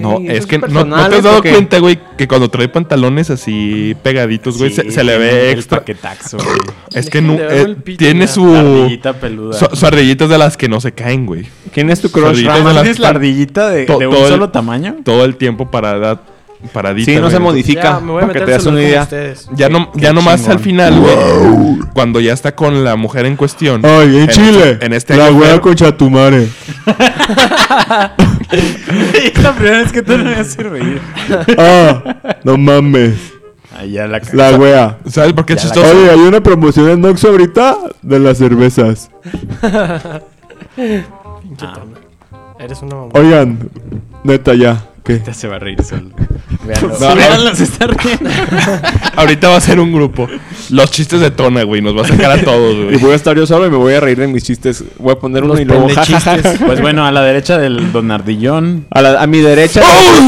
[SPEAKER 1] No,
[SPEAKER 3] Güey, eso
[SPEAKER 1] es que no- no,
[SPEAKER 3] personal,
[SPEAKER 1] te has
[SPEAKER 3] ¿eh?
[SPEAKER 1] dado
[SPEAKER 3] Porque-
[SPEAKER 1] cuenta, güey, que cuando trae pantalones así pegaditos, Pues, güey, se, se le ve extra.
[SPEAKER 5] Que taxo, güey.
[SPEAKER 1] Es que nu-
[SPEAKER 4] Le veo
[SPEAKER 1] eh,
[SPEAKER 4] el pito,
[SPEAKER 1] tiene
[SPEAKER 4] mira.
[SPEAKER 5] La
[SPEAKER 1] su,
[SPEAKER 5] ardillita peluda.
[SPEAKER 1] su, su ardillitas de las que no se caen, güey.
[SPEAKER 3] ¿Quién es tu
[SPEAKER 1] Sorry,
[SPEAKER 3] crush?
[SPEAKER 1] yo
[SPEAKER 3] Rama?
[SPEAKER 1] tengo
[SPEAKER 5] ¿Tienes la ardillita de,
[SPEAKER 1] To-
[SPEAKER 5] de un
[SPEAKER 1] todo el-
[SPEAKER 5] solo tamaño?
[SPEAKER 1] Todo el tiempo parada, paradita.
[SPEAKER 3] Sí, no
[SPEAKER 1] güey.
[SPEAKER 3] se
[SPEAKER 4] Ya,
[SPEAKER 3] modifica.
[SPEAKER 4] me voy a
[SPEAKER 3] Para que
[SPEAKER 4] meter
[SPEAKER 3] te das
[SPEAKER 4] al
[SPEAKER 3] una
[SPEAKER 4] celular con
[SPEAKER 3] idea.
[SPEAKER 4] ustedes.
[SPEAKER 1] Ya, no, ya
[SPEAKER 5] Qué
[SPEAKER 1] nomás
[SPEAKER 5] chingón.
[SPEAKER 1] al final, güey. Cuando ya está con la mujer en cuestión.
[SPEAKER 2] Ay, en, Chile.
[SPEAKER 1] En este
[SPEAKER 2] la
[SPEAKER 1] año
[SPEAKER 2] wea
[SPEAKER 1] fue-
[SPEAKER 2] con Chatumare.
[SPEAKER 5] Es la primera vez que tú no me haces reír.
[SPEAKER 2] Ah, no mames.
[SPEAKER 5] Ay, ya la
[SPEAKER 2] La wea.
[SPEAKER 1] ¿Sabes por qué es
[SPEAKER 5] Ya la
[SPEAKER 1] chistoso?
[SPEAKER 2] Oye, hay una promoción en Nox ahorita de las cervezas.
[SPEAKER 4] Ah. Pinche tonto. Eres una mamá.
[SPEAKER 2] Oigan, neta ya. ¿Qué?
[SPEAKER 5] c- se va a reír solo. Véanlo.
[SPEAKER 1] No,
[SPEAKER 5] Véanlo, se está riendo.
[SPEAKER 1] Ahorita va a ser un grupo. Los chistes de Tona, güey. Nos va a sacar a todos,
[SPEAKER 3] Y
[SPEAKER 1] güey.
[SPEAKER 3] voy a estar yo solo y me voy a reír de mis chistes. Voy a poner uno y luego jajaja.
[SPEAKER 5] Pues bueno, a la derecha del Don Ardillón.
[SPEAKER 3] A, la- a mi derecha,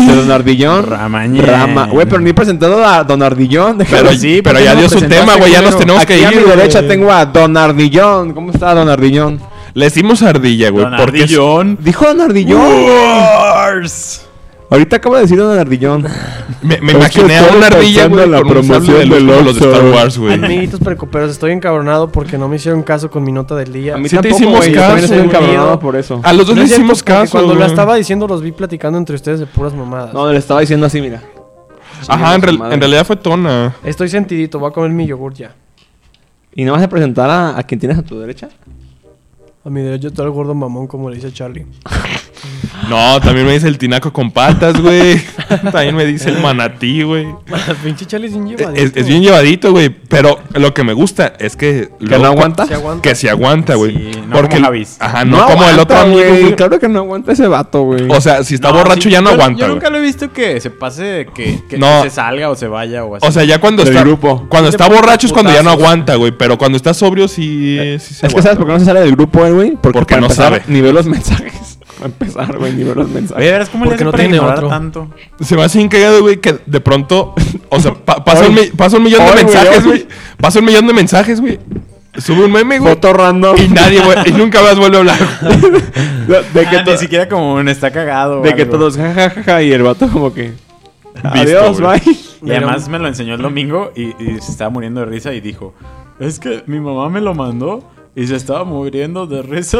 [SPEAKER 3] de Don Ardillón.
[SPEAKER 5] Ramañe.
[SPEAKER 3] Rama. Güey, pero ni he presentado a Don Ardillón. déjame-
[SPEAKER 1] Pero,
[SPEAKER 5] sí, ¿por
[SPEAKER 1] pero
[SPEAKER 5] qué
[SPEAKER 1] ya
[SPEAKER 5] no
[SPEAKER 1] dio su
[SPEAKER 5] presentaste
[SPEAKER 1] tema, güey. Ya nos
[SPEAKER 5] primero?
[SPEAKER 1] tenemos
[SPEAKER 3] Aquí
[SPEAKER 1] que
[SPEAKER 3] a
[SPEAKER 1] ir.
[SPEAKER 3] mi
[SPEAKER 1] güey.
[SPEAKER 3] derecha tengo a Don Ardillón. ¿Cómo está Don Ardillón?
[SPEAKER 1] Le decimos ardilla, güey.
[SPEAKER 5] Don
[SPEAKER 1] Porque es-
[SPEAKER 5] Ardillón.
[SPEAKER 3] Dijo Don Ardillón.
[SPEAKER 1] Uh.
[SPEAKER 5] Wars.
[SPEAKER 3] Ahorita acabo de decir Don Ardillón.
[SPEAKER 1] me, me
[SPEAKER 2] Es que
[SPEAKER 1] imaginé a
[SPEAKER 2] estamos
[SPEAKER 1] una ardilla,
[SPEAKER 2] pensando
[SPEAKER 1] güey.
[SPEAKER 2] en la
[SPEAKER 1] con un sable
[SPEAKER 2] promoción
[SPEAKER 1] de luz
[SPEAKER 2] del
[SPEAKER 1] como los de
[SPEAKER 2] Oxxo,
[SPEAKER 1] Star
[SPEAKER 2] güey.
[SPEAKER 1] Wars, güey.
[SPEAKER 4] Amiguitos percoperos, estoy encabronado porque no me hicieron caso con mi nota del día.
[SPEAKER 3] A mí
[SPEAKER 1] Sí te
[SPEAKER 3] tampoco,
[SPEAKER 1] hicimos
[SPEAKER 3] güey, yo
[SPEAKER 1] caso,
[SPEAKER 3] también estoy
[SPEAKER 4] güey.
[SPEAKER 3] encabronado por eso.
[SPEAKER 1] A los dos
[SPEAKER 4] No
[SPEAKER 1] le
[SPEAKER 4] es cierto,
[SPEAKER 1] hicimos
[SPEAKER 4] porque
[SPEAKER 1] caso.
[SPEAKER 4] Cuando lo
[SPEAKER 1] güey.
[SPEAKER 4] estaba diciendo, los vi platicando entre ustedes de puras mamadas.
[SPEAKER 3] No, le estaba diciendo así, mira.
[SPEAKER 1] Ajá, en,
[SPEAKER 3] Chinga
[SPEAKER 1] real-
[SPEAKER 3] su madre.
[SPEAKER 1] en realidad fue Tona.
[SPEAKER 4] Estoy sentidito, voy a comer mi yogur ya.
[SPEAKER 3] ¿Y no vas a presentar a, a quien tienes a tu derecha?
[SPEAKER 4] A mi derecho está el gordo mamón, como le dice Charlie.
[SPEAKER 1] No, también me dice el tinaco con patas, güey. también me dice el manatí, güey.
[SPEAKER 4] Pinche Charlie sin lleva.
[SPEAKER 1] Eh, Es, es bien llevadito, güey. Pero lo que me gusta es que.
[SPEAKER 3] ¿Que no aguanta?
[SPEAKER 4] Se aguanta.
[SPEAKER 1] Que se aguanta, güey.
[SPEAKER 5] Sí, no
[SPEAKER 1] Porque.
[SPEAKER 5] como Javis.
[SPEAKER 1] Ajá, no, como el otro
[SPEAKER 3] aguanta,
[SPEAKER 1] amigo.
[SPEAKER 3] güey.
[SPEAKER 1] güey.
[SPEAKER 3] pues Claro que no aguanta ese vato, güey.
[SPEAKER 1] O sea, si está borracho
[SPEAKER 5] sí,
[SPEAKER 1] ya no
[SPEAKER 5] yo-
[SPEAKER 1] aguanta,
[SPEAKER 5] Yo
[SPEAKER 1] güey.
[SPEAKER 5] nunca lo he visto que se pase de que, que
[SPEAKER 1] No.
[SPEAKER 5] se salga o se vaya o así.
[SPEAKER 1] O sea, ya cuando
[SPEAKER 3] Del
[SPEAKER 1] está.
[SPEAKER 3] grupo.
[SPEAKER 1] Cuando
[SPEAKER 5] Sí,
[SPEAKER 1] está
[SPEAKER 5] le ponen
[SPEAKER 1] borracho es cuando ya no
[SPEAKER 5] putazos.
[SPEAKER 1] aguanta, güey. Pero cuando está sobrio sí, sí se
[SPEAKER 3] es que ¿sabes por qué no se sale del grupo, eh, güey? Porque,
[SPEAKER 1] Porque
[SPEAKER 3] para
[SPEAKER 1] no
[SPEAKER 3] empezar,
[SPEAKER 1] sabe.
[SPEAKER 3] Ni ve los mensajes. Para empezar, güey, ni ve los
[SPEAKER 5] Oye, de
[SPEAKER 3] mensajes.
[SPEAKER 5] veras, ¿cómo le
[SPEAKER 4] Porque
[SPEAKER 5] hace
[SPEAKER 4] no
[SPEAKER 5] para
[SPEAKER 4] tiene
[SPEAKER 5] ignorar
[SPEAKER 4] otro.
[SPEAKER 5] tanto?
[SPEAKER 1] Se me hace increíble, güey, que de pronto. O sea, pa- pasa, un, mi- pasa un millón
[SPEAKER 3] Hoy,
[SPEAKER 1] de
[SPEAKER 3] güey,
[SPEAKER 1] mensajes,
[SPEAKER 3] hoy.
[SPEAKER 1] güey. Pasa un millón de mensajes, güey. Sube un meme, güey.
[SPEAKER 3] Foto random.
[SPEAKER 1] Y nadie, güey. Y nunca más vuelve a hablar.
[SPEAKER 3] De, de que,
[SPEAKER 5] Ah,
[SPEAKER 3] to-
[SPEAKER 5] ni siquiera como un está cagado. o
[SPEAKER 3] de que
[SPEAKER 5] algo.
[SPEAKER 3] todos jajajaja y el vato como que...
[SPEAKER 1] Visto,
[SPEAKER 3] Adiós,
[SPEAKER 1] güey.
[SPEAKER 3] bye.
[SPEAKER 5] Y además me lo enseñó el domingo y, y se estaba muriendo de risa y dijo, es que mi mamá me lo mandó y se estaba muriendo de risa.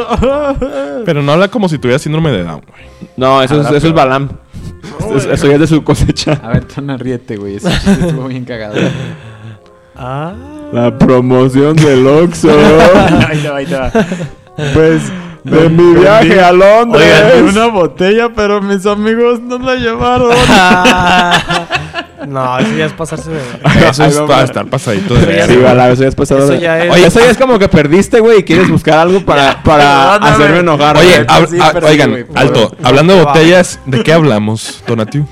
[SPEAKER 1] Pero no habla como si tuviera síndrome de Down, güey.
[SPEAKER 3] No, eso, es, eso es Balam. Es- eso ya es de su cosecha.
[SPEAKER 5] A ver, Tona, ríete, güey. Ese chiste estuvo bien cagado.
[SPEAKER 4] Ah.
[SPEAKER 2] La promoción del Oxxo.
[SPEAKER 5] ahí te va, ahí te va.
[SPEAKER 2] pues, de mi viaje a
[SPEAKER 5] Oigan,
[SPEAKER 2] Londres.
[SPEAKER 5] una botella, pero mis amigos no la llevaron.
[SPEAKER 4] No, eso ya es pasarse de.
[SPEAKER 1] Eso es para estar pasadito de
[SPEAKER 4] Eso ya
[SPEAKER 1] verga,
[SPEAKER 3] Sí,
[SPEAKER 1] güey.
[SPEAKER 3] Balam, eso ya es pasado.
[SPEAKER 4] Eso
[SPEAKER 3] de-
[SPEAKER 4] ya es-
[SPEAKER 3] Oye, eso ya es como que perdiste, güey, y quieres buscar algo para, para
[SPEAKER 5] Perdóname.
[SPEAKER 3] hacerme enojar.
[SPEAKER 1] Oye,
[SPEAKER 5] güey,
[SPEAKER 1] hab-
[SPEAKER 5] sí,
[SPEAKER 1] ah,
[SPEAKER 5] pero sí,
[SPEAKER 1] oigan,
[SPEAKER 5] güey, por
[SPEAKER 1] alto.
[SPEAKER 4] favor.
[SPEAKER 1] Hablando de
[SPEAKER 4] Va.
[SPEAKER 1] botellas, ¿de qué hablamos, Donatiu?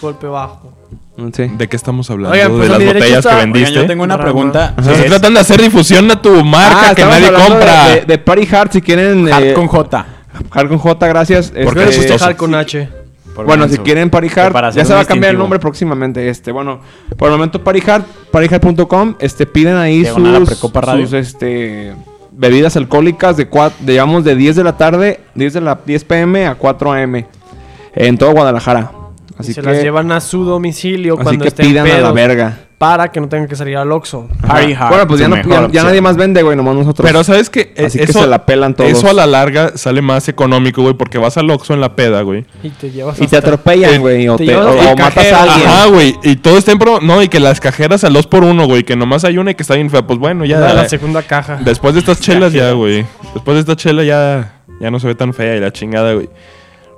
[SPEAKER 4] Golpe bajo.
[SPEAKER 3] güey. Sí.
[SPEAKER 1] ¿De qué estamos hablando?
[SPEAKER 4] Oigan,
[SPEAKER 1] ¿De
[SPEAKER 4] pues, a
[SPEAKER 1] las
[SPEAKER 4] mi derecha
[SPEAKER 1] botellas que
[SPEAKER 4] está-
[SPEAKER 1] vendiste?
[SPEAKER 5] yo tengo una
[SPEAKER 4] Rama.
[SPEAKER 5] pregunta.
[SPEAKER 1] O sea, se
[SPEAKER 5] Es
[SPEAKER 1] tratan de hacer difusión a tu marca
[SPEAKER 3] Ah,
[SPEAKER 1] que
[SPEAKER 3] estamos
[SPEAKER 1] nadie
[SPEAKER 3] hablando
[SPEAKER 1] compra.
[SPEAKER 3] De, de, de Party Hard, si quieren.
[SPEAKER 5] Hard
[SPEAKER 3] eh,
[SPEAKER 5] con J.
[SPEAKER 3] Hard con J, gracias.
[SPEAKER 1] Porque
[SPEAKER 3] Este,
[SPEAKER 1] eres chistoso.
[SPEAKER 4] Dejar con H.
[SPEAKER 5] por
[SPEAKER 3] Bueno, si
[SPEAKER 5] menso.
[SPEAKER 3] quieren Party Hard,
[SPEAKER 5] Para hacer
[SPEAKER 3] ya se
[SPEAKER 5] un
[SPEAKER 3] va a cambiar el
[SPEAKER 5] distintivo.
[SPEAKER 3] nombre próximamente. Este, bueno, por el momento Party Hard, partyhard.com, este, piden ahí
[SPEAKER 5] Diagonal a
[SPEAKER 3] sus,
[SPEAKER 5] Precopa Radio.
[SPEAKER 3] sus, este, bebidas alcohólicas de, cua- de, digamos, de 10 de la tarde, 10 de la 10 pm a 4 am en todo Guadalajara. Así
[SPEAKER 4] Y se
[SPEAKER 3] que,
[SPEAKER 4] las llevan a su domicilio
[SPEAKER 3] así
[SPEAKER 4] cuando
[SPEAKER 3] que
[SPEAKER 4] estén
[SPEAKER 3] pidan a la
[SPEAKER 4] pedos
[SPEAKER 3] verga.
[SPEAKER 4] para que no tengan que salir al Oxxo.
[SPEAKER 5] Party Hard.
[SPEAKER 3] bueno, pues ya,
[SPEAKER 5] tu
[SPEAKER 3] no- ya-
[SPEAKER 5] mejor
[SPEAKER 3] ya
[SPEAKER 5] opción.
[SPEAKER 3] nadie más vende, güey, nomás nosotros.
[SPEAKER 1] Pero sabes que eh,
[SPEAKER 3] Así que se la pelan todos.
[SPEAKER 1] Eso a la larga sale más económico, güey, porque vas al Oxxo en la peda, güey.
[SPEAKER 4] Y te llevas
[SPEAKER 3] y te
[SPEAKER 4] hasta-
[SPEAKER 1] Eh,
[SPEAKER 3] atropellan, güey, o,
[SPEAKER 4] te
[SPEAKER 3] te-
[SPEAKER 4] llevan
[SPEAKER 3] o-
[SPEAKER 4] al
[SPEAKER 3] o matas
[SPEAKER 4] cajero.
[SPEAKER 3] a alguien.
[SPEAKER 1] Ajá, güey. Y todo está en pro. No, y que las cajeras al 2 por 1 güey. Que nomás hay una y que está bien fea. Pues bueno, ya.
[SPEAKER 4] a la segunda caja.
[SPEAKER 1] Después de estas chelas, ya, güey. Después de esta chela, ya. Ya no se ve tan fea y la chingada, güey.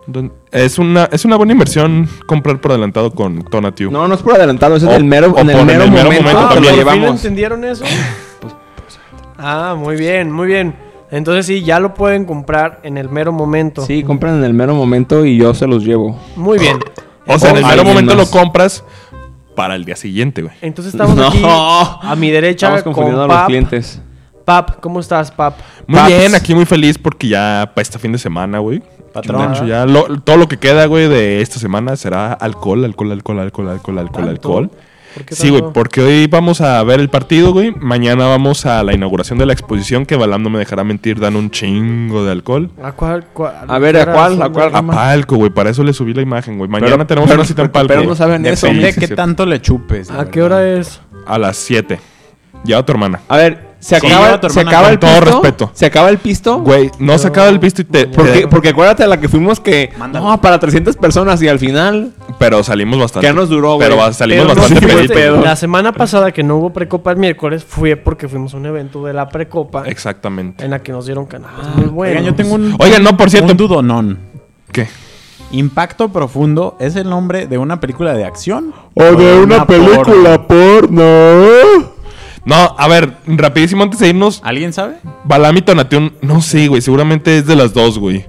[SPEAKER 1] Don- Es una, es una buena inversión comprar por adelantado con Tonatiu.
[SPEAKER 3] No, no es por adelantado, es en
[SPEAKER 1] O-
[SPEAKER 3] el mero,
[SPEAKER 1] o
[SPEAKER 3] en el
[SPEAKER 1] por
[SPEAKER 3] mero, momento,
[SPEAKER 1] momento
[SPEAKER 3] te
[SPEAKER 4] ¿por
[SPEAKER 3] lo
[SPEAKER 1] también.
[SPEAKER 4] fin
[SPEAKER 3] llevamos.
[SPEAKER 4] entendieron eso? ah, muy bien, muy bien. Entonces sí, ya lo pueden comprar en el mero momento.
[SPEAKER 3] Sí, compran en el mero momento y yo se los llevo.
[SPEAKER 4] Muy bien.
[SPEAKER 1] o sea, en el
[SPEAKER 3] o
[SPEAKER 1] mero
[SPEAKER 3] alguien
[SPEAKER 1] momento
[SPEAKER 3] más.
[SPEAKER 1] lo compras para el día siguiente, güey.
[SPEAKER 4] Entonces estamos
[SPEAKER 3] No.
[SPEAKER 4] aquí a mi derecha
[SPEAKER 3] Estamos
[SPEAKER 4] con
[SPEAKER 3] confundiendo a los
[SPEAKER 4] Pap.
[SPEAKER 3] clientes.
[SPEAKER 4] Pap, ¿cómo estás, Pap?
[SPEAKER 1] Muy
[SPEAKER 3] Paps.
[SPEAKER 1] bien, aquí muy feliz porque ya para este fin de semana, güey.
[SPEAKER 5] Patrón.
[SPEAKER 1] De hecho, ya lo- todo lo que queda, güey, de esta semana será alcohol, alcohol, alcohol, alcohol, alcohol, alcohol,
[SPEAKER 4] ¿Tanto?
[SPEAKER 1] alcohol.
[SPEAKER 4] ¿Por qué
[SPEAKER 1] Sí, güey,
[SPEAKER 4] tanto?
[SPEAKER 1] porque hoy vamos a ver el partido, güey. Mañana vamos a la inauguración de la exposición que Balam no me dejará mentir, dan un chingo de alcohol.
[SPEAKER 4] ¿A cuál, cuál-
[SPEAKER 3] A ver, ¿a
[SPEAKER 4] qué
[SPEAKER 3] cuál?
[SPEAKER 4] horas
[SPEAKER 3] ¿A
[SPEAKER 4] son?
[SPEAKER 3] cuál?
[SPEAKER 1] A palco, güey, para eso le subí la imagen, güey. Mañana tenemos una cita en palco.
[SPEAKER 3] pero
[SPEAKER 1] güey.
[SPEAKER 3] no saben eso.
[SPEAKER 1] Sí,
[SPEAKER 5] Depende
[SPEAKER 1] sí,
[SPEAKER 5] qué
[SPEAKER 1] sí.
[SPEAKER 5] tanto le chupes. la
[SPEAKER 4] ¿A Ah, qué
[SPEAKER 5] verdad.
[SPEAKER 4] hora es?
[SPEAKER 1] A las 7. Lleva a tu hermana.
[SPEAKER 3] A ver, se
[SPEAKER 5] Sí,
[SPEAKER 3] acaba,
[SPEAKER 5] lleva a tu
[SPEAKER 3] se
[SPEAKER 5] hermana,
[SPEAKER 3] acaba
[SPEAKER 1] con
[SPEAKER 3] el
[SPEAKER 1] todo
[SPEAKER 3] pisto.
[SPEAKER 1] respeto.
[SPEAKER 3] Se acaba el pisto.
[SPEAKER 1] Güey, eh, no se acaba el visto y te.
[SPEAKER 3] Porque,
[SPEAKER 1] te-
[SPEAKER 3] porque acuérdate de la que fuimos que. No, para 300 personas y al final.
[SPEAKER 1] pero salimos bastante.
[SPEAKER 3] Que nos duró,
[SPEAKER 1] Pero
[SPEAKER 3] güey.
[SPEAKER 1] va- salimos
[SPEAKER 4] Pero no
[SPEAKER 1] bastante
[SPEAKER 4] fuiste-
[SPEAKER 1] peditos, güey.
[SPEAKER 4] La semana pasada que no hubo precopa el miércoles fue porque fuimos a un evento de la precopa
[SPEAKER 1] Exactamente.
[SPEAKER 4] en la que nos dieron canales. muy bueno. pues,
[SPEAKER 5] Oigan, yo tengo un.
[SPEAKER 1] Oigan, no, por cierto.
[SPEAKER 5] Un dudonón.
[SPEAKER 1] ¿Qué?
[SPEAKER 5] Impacto Profundo es el nombre de una película de acción.
[SPEAKER 2] O de una película porno.
[SPEAKER 1] No, a ver,
[SPEAKER 5] Ah.
[SPEAKER 1] rapidísimo antes de irnos,
[SPEAKER 5] ¿Alguien sabe?
[SPEAKER 1] Balam y Tonatiuh, no sé, güey, seguramente es de las dos, güey.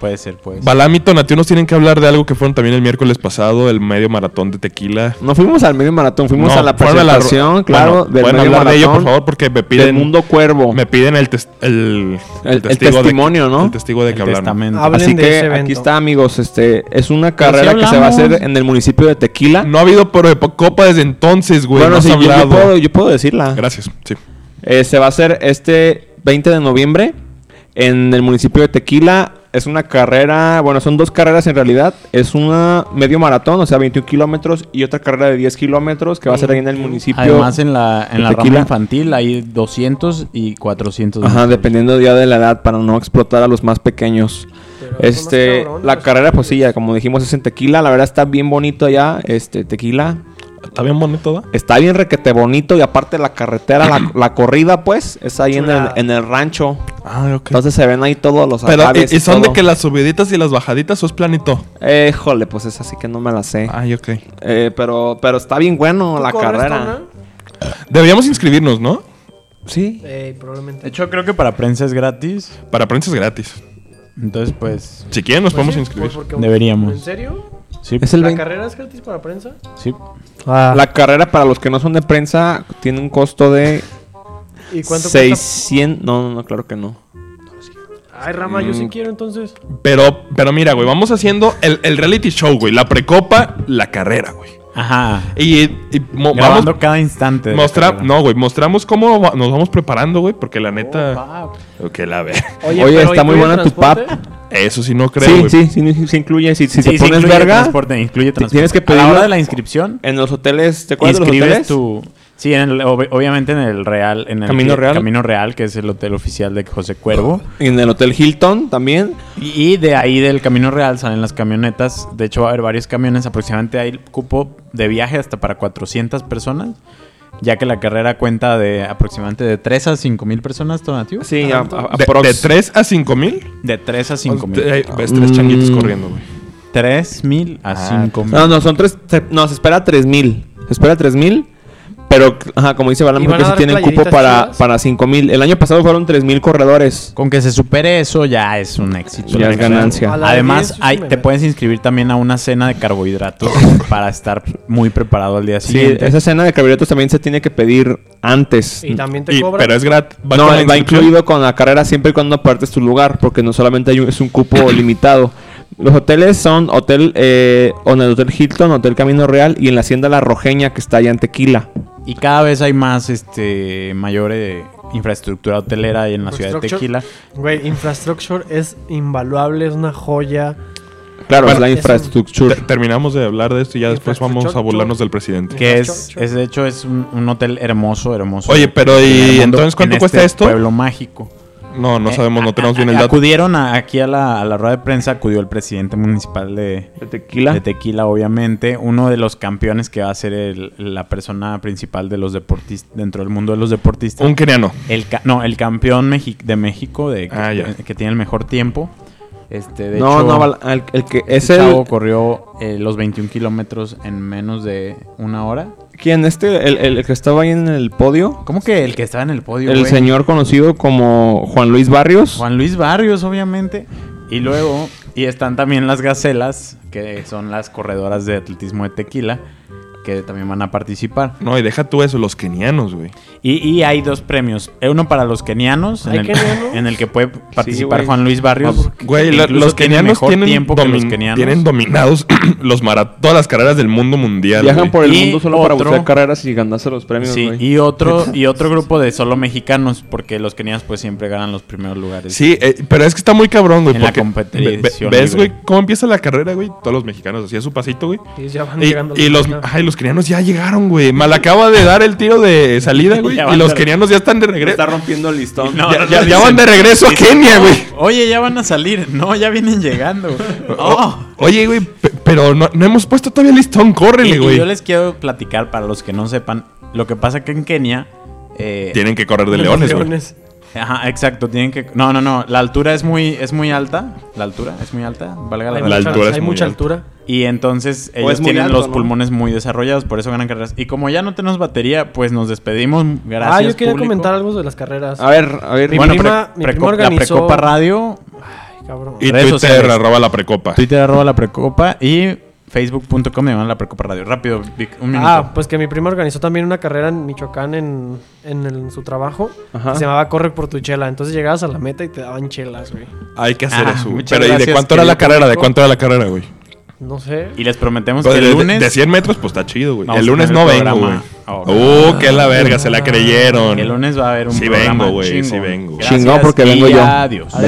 [SPEAKER 5] Puede ser, pues.
[SPEAKER 1] Balam y Tonatiuh nos tienen que hablar de algo que fueron también el miércoles pasado, el medio maratón de tequila.
[SPEAKER 3] No fuimos al medio maratón, fuimos
[SPEAKER 1] No,
[SPEAKER 3] a la
[SPEAKER 1] fueron a la-
[SPEAKER 3] presentación, claro,
[SPEAKER 1] Bueno,
[SPEAKER 3] del
[SPEAKER 1] pueden
[SPEAKER 3] medio
[SPEAKER 1] hablar
[SPEAKER 3] maratón.
[SPEAKER 1] de ello, por favor, porque me
[SPEAKER 3] del
[SPEAKER 1] piden,
[SPEAKER 3] mundo cuervo.
[SPEAKER 1] me piden el, tes- el,
[SPEAKER 3] Oh. El- el
[SPEAKER 1] testigo de-
[SPEAKER 3] testimonio, ¿no?
[SPEAKER 1] El testigo de que
[SPEAKER 5] El
[SPEAKER 1] hablaron.
[SPEAKER 5] testamento.
[SPEAKER 4] Hablen
[SPEAKER 3] Así
[SPEAKER 4] de ese
[SPEAKER 3] que
[SPEAKER 4] evento.
[SPEAKER 3] aquí está, amigos. Este es una carrera que se va a hacer en el municipio de Tequila.
[SPEAKER 1] No ha habido por- copa desde entonces, güey.
[SPEAKER 3] bueno,
[SPEAKER 1] no has
[SPEAKER 3] sí, yo- yo,
[SPEAKER 1] hablado.
[SPEAKER 3] puedo, yo puedo decirla.
[SPEAKER 1] Gracias, sí.
[SPEAKER 3] Eh, se va a hacer este 20 de noviembre en el municipio de Tequila. Es una carrera, bueno, son dos carreras en realidad. Es una medio maratón, o sea, 21 kilómetros, y otra carrera de 10 kilómetros que va a ser ahí en el municipio.
[SPEAKER 5] Además, en la, en la
[SPEAKER 3] Tequila.
[SPEAKER 5] rama infantil hay 200 y 400.
[SPEAKER 3] Ajá,
[SPEAKER 5] metros.
[SPEAKER 3] dependiendo ya de la edad, para no explotar a los más pequeños.
[SPEAKER 4] Pero son
[SPEAKER 3] Este,
[SPEAKER 4] más cabrones
[SPEAKER 3] la
[SPEAKER 4] los
[SPEAKER 3] carrera, pues sí,
[SPEAKER 4] chiles.
[SPEAKER 3] ya, como dijimos, es en Tequila. La verdad está bien bonito allá, este, Tequila.
[SPEAKER 1] Está bien bonito, ¿da?
[SPEAKER 3] Está bien requete bonito y aparte la carretera, la, la corrida, pues, es ahí en el,
[SPEAKER 4] Chulada.
[SPEAKER 3] en el rancho.
[SPEAKER 1] Ah, ok.
[SPEAKER 3] Entonces se ven ahí todos los
[SPEAKER 1] Pero,
[SPEAKER 3] acares
[SPEAKER 1] ¿y, y son de
[SPEAKER 3] todo.
[SPEAKER 1] que las subiditas y las bajaditas o es planito?
[SPEAKER 3] Eh, jole, pues es así que no me la sé.
[SPEAKER 1] Ay, ok.
[SPEAKER 3] Eh, pero, pero está bien bueno la carrera.
[SPEAKER 1] Deberíamos inscribirnos, ¿no?
[SPEAKER 3] Sí.
[SPEAKER 4] Eh, probablemente.
[SPEAKER 5] De hecho, creo que para prensa es gratis.
[SPEAKER 1] Para prensa es gratis.
[SPEAKER 5] Entonces, pues.
[SPEAKER 1] Si quieren, nos
[SPEAKER 4] Pues
[SPEAKER 1] podemos
[SPEAKER 4] sí,
[SPEAKER 1] inscribir.
[SPEAKER 4] pues porque-
[SPEAKER 5] Deberíamos.
[SPEAKER 4] ¿En serio?
[SPEAKER 5] Sí,
[SPEAKER 3] Es el Ah.
[SPEAKER 4] ¿La
[SPEAKER 3] 20.
[SPEAKER 4] carrera es gratis para prensa?
[SPEAKER 5] sí.
[SPEAKER 3] La carrera para los que no son de prensa tiene un costo de
[SPEAKER 4] ¿Y cuánto
[SPEAKER 3] 600. No, no, no, claro que no.
[SPEAKER 4] cuesta? Ay, Rama, yo sí
[SPEAKER 3] Mm.
[SPEAKER 4] quiero entonces.
[SPEAKER 1] Pero, pero mira, güey, vamos haciendo el, el reality show, güey. La precopa, la carrera, güey.
[SPEAKER 5] Ajá.
[SPEAKER 1] Y, y mo- vamos.
[SPEAKER 5] Grabando cada instante. de la
[SPEAKER 1] mostra-
[SPEAKER 5] carrera.
[SPEAKER 1] no, güey, mostramos cómo va- nos vamos preparando, güey, porque la neta.
[SPEAKER 5] Oh, pap.
[SPEAKER 1] que la ve.
[SPEAKER 3] Oye, Oye, está muy buena tu pap.
[SPEAKER 1] Eso sí no creo,
[SPEAKER 3] Sí,
[SPEAKER 1] güey.
[SPEAKER 3] sí, sí, sí incluye. Si, si
[SPEAKER 5] Sí,
[SPEAKER 3] te
[SPEAKER 5] sí,
[SPEAKER 3] pones
[SPEAKER 5] incluye
[SPEAKER 3] verga,
[SPEAKER 5] transporte, incluye transporte.
[SPEAKER 3] tienes que
[SPEAKER 5] A la
[SPEAKER 3] pedirlo-
[SPEAKER 5] hora de la inscripción,
[SPEAKER 3] en los hoteles, ¿te acuerdas de los
[SPEAKER 5] inscribes
[SPEAKER 3] hoteles?
[SPEAKER 5] tu. Sí, en el- ob- obviamente en el Real. En el
[SPEAKER 3] Camino Real. Ah.
[SPEAKER 5] Camino Real, que es el hotel oficial de José Cuervo.
[SPEAKER 3] Y en el hotel Hilton también.
[SPEAKER 5] Y y de ahí del Camino Real salen las camionetas. De hecho, va a haber varios camiones. Aproximadamente hay cupo de viaje hasta para 400 personas. Ya que la carrera cuenta de aproximadamente de 3 a 5 mil personas, Tonatiuh.
[SPEAKER 3] Sí, a, a-
[SPEAKER 1] De,
[SPEAKER 3] aprox.
[SPEAKER 1] de 3 a 5 mil.
[SPEAKER 5] De 3 a 5 mil.
[SPEAKER 1] Te- Ves tres
[SPEAKER 3] Mm.
[SPEAKER 1] changuitos corriendo, güey.
[SPEAKER 5] 3 mil a
[SPEAKER 1] Ah,
[SPEAKER 5] 5 mil.
[SPEAKER 3] No, no, son tres. se- No, se espera 3000. Se espera 3000. Pero, ajá, como dice Balán,
[SPEAKER 4] ¿Y van
[SPEAKER 3] porque
[SPEAKER 4] a
[SPEAKER 3] sí
[SPEAKER 4] dar
[SPEAKER 3] tienen cupo
[SPEAKER 4] playeritas
[SPEAKER 3] para,
[SPEAKER 4] chidas?
[SPEAKER 3] para 5000. El año pasado fueron 3000 corredores.
[SPEAKER 5] Con que se supere eso ya es un éxito.
[SPEAKER 3] Ya es ganancia.
[SPEAKER 4] A la
[SPEAKER 5] Además,
[SPEAKER 4] 10, sí
[SPEAKER 5] hay,
[SPEAKER 4] me
[SPEAKER 5] te
[SPEAKER 4] veo.
[SPEAKER 5] puedes inscribir también a una cena de carbohidratos para estar muy preparado al día
[SPEAKER 3] Sí,
[SPEAKER 5] siguiente.
[SPEAKER 3] esa cena de carbohidratos también se tiene que pedir antes.
[SPEAKER 4] Y también te
[SPEAKER 1] Y-
[SPEAKER 4] cobran.
[SPEAKER 1] pero es gratis.
[SPEAKER 3] no,
[SPEAKER 1] con la
[SPEAKER 3] va
[SPEAKER 1] inscripción.
[SPEAKER 3] incluido con la carrera siempre y cuando apartes tu lugar, porque no solamente hay un- es un cupo limitado. Los hoteles son hotel, eh, o en el Hotel Hilton, Hotel Camino Real y en la Hacienda La Rojeña que está allá en Tequila.
[SPEAKER 5] Y cada vez hay más este mayor eh, infraestructura hotelera en la ciudad de
[SPEAKER 4] Infrastructure.
[SPEAKER 5] Tequila.
[SPEAKER 4] Güey, infrastructure es invaluable, es una joya.
[SPEAKER 3] Claro,
[SPEAKER 1] Bueno,
[SPEAKER 3] es la
[SPEAKER 4] es un-
[SPEAKER 3] infraestructura.
[SPEAKER 1] Te- terminamos de hablar de esto y ya después vamos a
[SPEAKER 4] Infraestructura.
[SPEAKER 1] burlarnos del presidente.
[SPEAKER 5] Que es,
[SPEAKER 4] Infrastructure.
[SPEAKER 5] es de hecho es un, un hotel hermoso, hermoso.
[SPEAKER 1] Oye, pero
[SPEAKER 5] En el
[SPEAKER 1] ¿y
[SPEAKER 5] mundo,
[SPEAKER 1] entonces cuánto
[SPEAKER 5] en
[SPEAKER 1] cuesta
[SPEAKER 5] este
[SPEAKER 1] esto?
[SPEAKER 5] Pueblo mágico.
[SPEAKER 1] No, no
[SPEAKER 5] Eh,
[SPEAKER 1] sabemos, no
[SPEAKER 5] a-
[SPEAKER 1] tenemos
[SPEAKER 5] a-
[SPEAKER 1] bien el dato.
[SPEAKER 5] Acudieron a- aquí a la, a la rueda de prensa, acudió el presidente municipal de,
[SPEAKER 3] De Tequila.
[SPEAKER 5] de Tequila, obviamente. Uno de los campeones que va a ser el- la persona principal de los deportistas dentro del mundo de los deportistas.
[SPEAKER 1] Un keniano.
[SPEAKER 5] El ca- no, el campeón mexi- de México de que,
[SPEAKER 1] Ah, ya.
[SPEAKER 5] que tiene el mejor tiempo. Este, de
[SPEAKER 3] no,
[SPEAKER 5] hecho,
[SPEAKER 3] no, Bal- el, el que es
[SPEAKER 5] el
[SPEAKER 3] el,
[SPEAKER 5] chavo corrió eh, los 21 kilómetros en menos de una hora.
[SPEAKER 3] ¿Quién? Este, el, el- el que estaba ahí en el podio.
[SPEAKER 5] ¿Cómo que el que estaba en el podio?
[SPEAKER 3] El
[SPEAKER 5] güey?
[SPEAKER 3] señor conocido como Juan Luis Barrios.
[SPEAKER 5] Juan Luis Barrios, obviamente. Y luego, y están también las gacelas, que son las corredoras de atletismo de tequila, que también van a participar.
[SPEAKER 1] No, y deja tú eso, los kenianos, güey.
[SPEAKER 5] Y, y hay dos premios. Eh, Uno para los kenianos, en
[SPEAKER 4] ¿Hay
[SPEAKER 5] el,
[SPEAKER 4] kenianos?
[SPEAKER 5] en el que puede participar
[SPEAKER 3] güey.
[SPEAKER 5] Juan Luis Barrios.
[SPEAKER 1] Güey,
[SPEAKER 5] que
[SPEAKER 1] la-
[SPEAKER 5] incluso
[SPEAKER 1] los
[SPEAKER 5] tiene
[SPEAKER 1] kenianos
[SPEAKER 5] mejor
[SPEAKER 1] tienen,
[SPEAKER 5] tiempo que los
[SPEAKER 1] domin-
[SPEAKER 5] kenianos.
[SPEAKER 1] tienen dominados los mara- todas las carreras del mundo mundial.
[SPEAKER 3] Viajan
[SPEAKER 1] güey.
[SPEAKER 3] por el
[SPEAKER 5] Y
[SPEAKER 3] mundo solo para
[SPEAKER 5] otro-
[SPEAKER 3] buscar carreras y ganarse los premios,
[SPEAKER 5] Sí,
[SPEAKER 3] güey.
[SPEAKER 5] y otro, y otro grupo de solo mexicanos, porque los kenianos pues siempre ganan los primeros lugares.
[SPEAKER 1] Sí, eh, pero es que está muy cabrón, güey.
[SPEAKER 5] En la
[SPEAKER 1] Porque ve- ve-
[SPEAKER 5] competición
[SPEAKER 1] ves,
[SPEAKER 5] libre.
[SPEAKER 1] güey, cómo empieza la carrera, güey. Todos los mexicanos hacían su pasito, güey.
[SPEAKER 4] Y ya van
[SPEAKER 1] Y,
[SPEAKER 4] llegando
[SPEAKER 1] y los,
[SPEAKER 4] Ajá.
[SPEAKER 1] ay, los kenianos ya llegaron, güey. Mal acaba de dar el tiro de salida, güey.
[SPEAKER 5] Ya
[SPEAKER 1] y
[SPEAKER 5] van
[SPEAKER 1] los
[SPEAKER 5] de-
[SPEAKER 1] kenianos ya están de regreso.
[SPEAKER 3] rompiendo el listón.
[SPEAKER 5] No,
[SPEAKER 1] ya
[SPEAKER 5] no,
[SPEAKER 1] ya-
[SPEAKER 5] no,
[SPEAKER 1] ya van de
[SPEAKER 5] dicen-
[SPEAKER 1] regreso a
[SPEAKER 5] dicen,
[SPEAKER 1] Kenia,
[SPEAKER 5] "No,
[SPEAKER 1] güey.
[SPEAKER 5] Oye, ya van a salir. No, ya vienen llegando. Oh.
[SPEAKER 1] Oye, güey, pe- pero no, no hemos puesto todavía el listón.
[SPEAKER 5] Y,
[SPEAKER 1] Córrele,
[SPEAKER 5] y
[SPEAKER 1] güey.
[SPEAKER 5] yo les quiero platicar, para los que no sepan, lo que pasa que en Kenia... eh,
[SPEAKER 1] Tienen que correr de leones, güey.
[SPEAKER 5] Ajá, exacto, tienen que... No, no, no, la altura es muy, es muy alta. La altura es muy alta, valga la
[SPEAKER 4] Hay
[SPEAKER 1] La
[SPEAKER 4] mucha-
[SPEAKER 5] redundancia.
[SPEAKER 1] altura es
[SPEAKER 4] Hay
[SPEAKER 1] muy
[SPEAKER 4] mucha
[SPEAKER 1] alta.
[SPEAKER 4] altura.
[SPEAKER 5] Y entonces
[SPEAKER 3] O
[SPEAKER 5] ellos
[SPEAKER 3] es muy
[SPEAKER 5] tienen
[SPEAKER 3] alto,
[SPEAKER 5] los
[SPEAKER 3] ¿no?
[SPEAKER 5] pulmones muy desarrollados, por eso ganan carreras. Y como ya no tenemos batería, pues nos despedimos. Gracias,
[SPEAKER 4] ah, yo quería
[SPEAKER 5] público.
[SPEAKER 4] comentar algo de las carreras.
[SPEAKER 3] A ver, a ver.
[SPEAKER 4] Mi
[SPEAKER 5] bueno,
[SPEAKER 4] prima-
[SPEAKER 5] pre-
[SPEAKER 4] mi
[SPEAKER 5] preco-
[SPEAKER 4] prima
[SPEAKER 5] la
[SPEAKER 4] organizó-
[SPEAKER 5] Precopa Radio... Ay,
[SPEAKER 4] cabrón.
[SPEAKER 1] Y
[SPEAKER 5] Redes
[SPEAKER 1] Twitter,
[SPEAKER 5] sociales.
[SPEAKER 1] arroba la precopa.
[SPEAKER 5] Twitter arroba la precopa y facebook.com me llaman la precopa radio. Rápido, Vic, un minuto.
[SPEAKER 4] Ah, pues que mi prima organizó también una carrera en Michoacán en, en el- en su trabajo.
[SPEAKER 3] Ajá.
[SPEAKER 4] que Se llamaba Corre por tu chela. Entonces llegabas a la meta y te daban chelas, güey.
[SPEAKER 1] Hay que hacer
[SPEAKER 5] Ah,
[SPEAKER 1] eso. güey.
[SPEAKER 5] muchas
[SPEAKER 1] Pero ¿y de
[SPEAKER 5] gracias,
[SPEAKER 1] cuánto era la
[SPEAKER 5] querido
[SPEAKER 1] carrera? ¿De
[SPEAKER 5] público.
[SPEAKER 1] cuánto era la carrera, güey?
[SPEAKER 4] No sé.
[SPEAKER 5] y les prometemos
[SPEAKER 1] Pues De,
[SPEAKER 5] que el
[SPEAKER 1] de-
[SPEAKER 5] lunes.
[SPEAKER 1] de 100 metros, pues está chido, güey.
[SPEAKER 5] Vamos
[SPEAKER 1] El
[SPEAKER 5] a
[SPEAKER 1] lunes
[SPEAKER 5] tener
[SPEAKER 1] no
[SPEAKER 5] el
[SPEAKER 1] vengo, güey.
[SPEAKER 5] programa. Ah, ok.
[SPEAKER 1] Uh, qué la verga, se la
[SPEAKER 4] Ah,
[SPEAKER 1] creyeron.
[SPEAKER 5] El lunes va a haber un
[SPEAKER 1] Sí
[SPEAKER 5] programa
[SPEAKER 1] vengo, güey, sí
[SPEAKER 5] chingón.
[SPEAKER 1] vengo.
[SPEAKER 5] Gracias
[SPEAKER 3] Chingón porque vengo
[SPEAKER 5] y
[SPEAKER 3] yo.
[SPEAKER 5] Adiós.
[SPEAKER 4] Ha de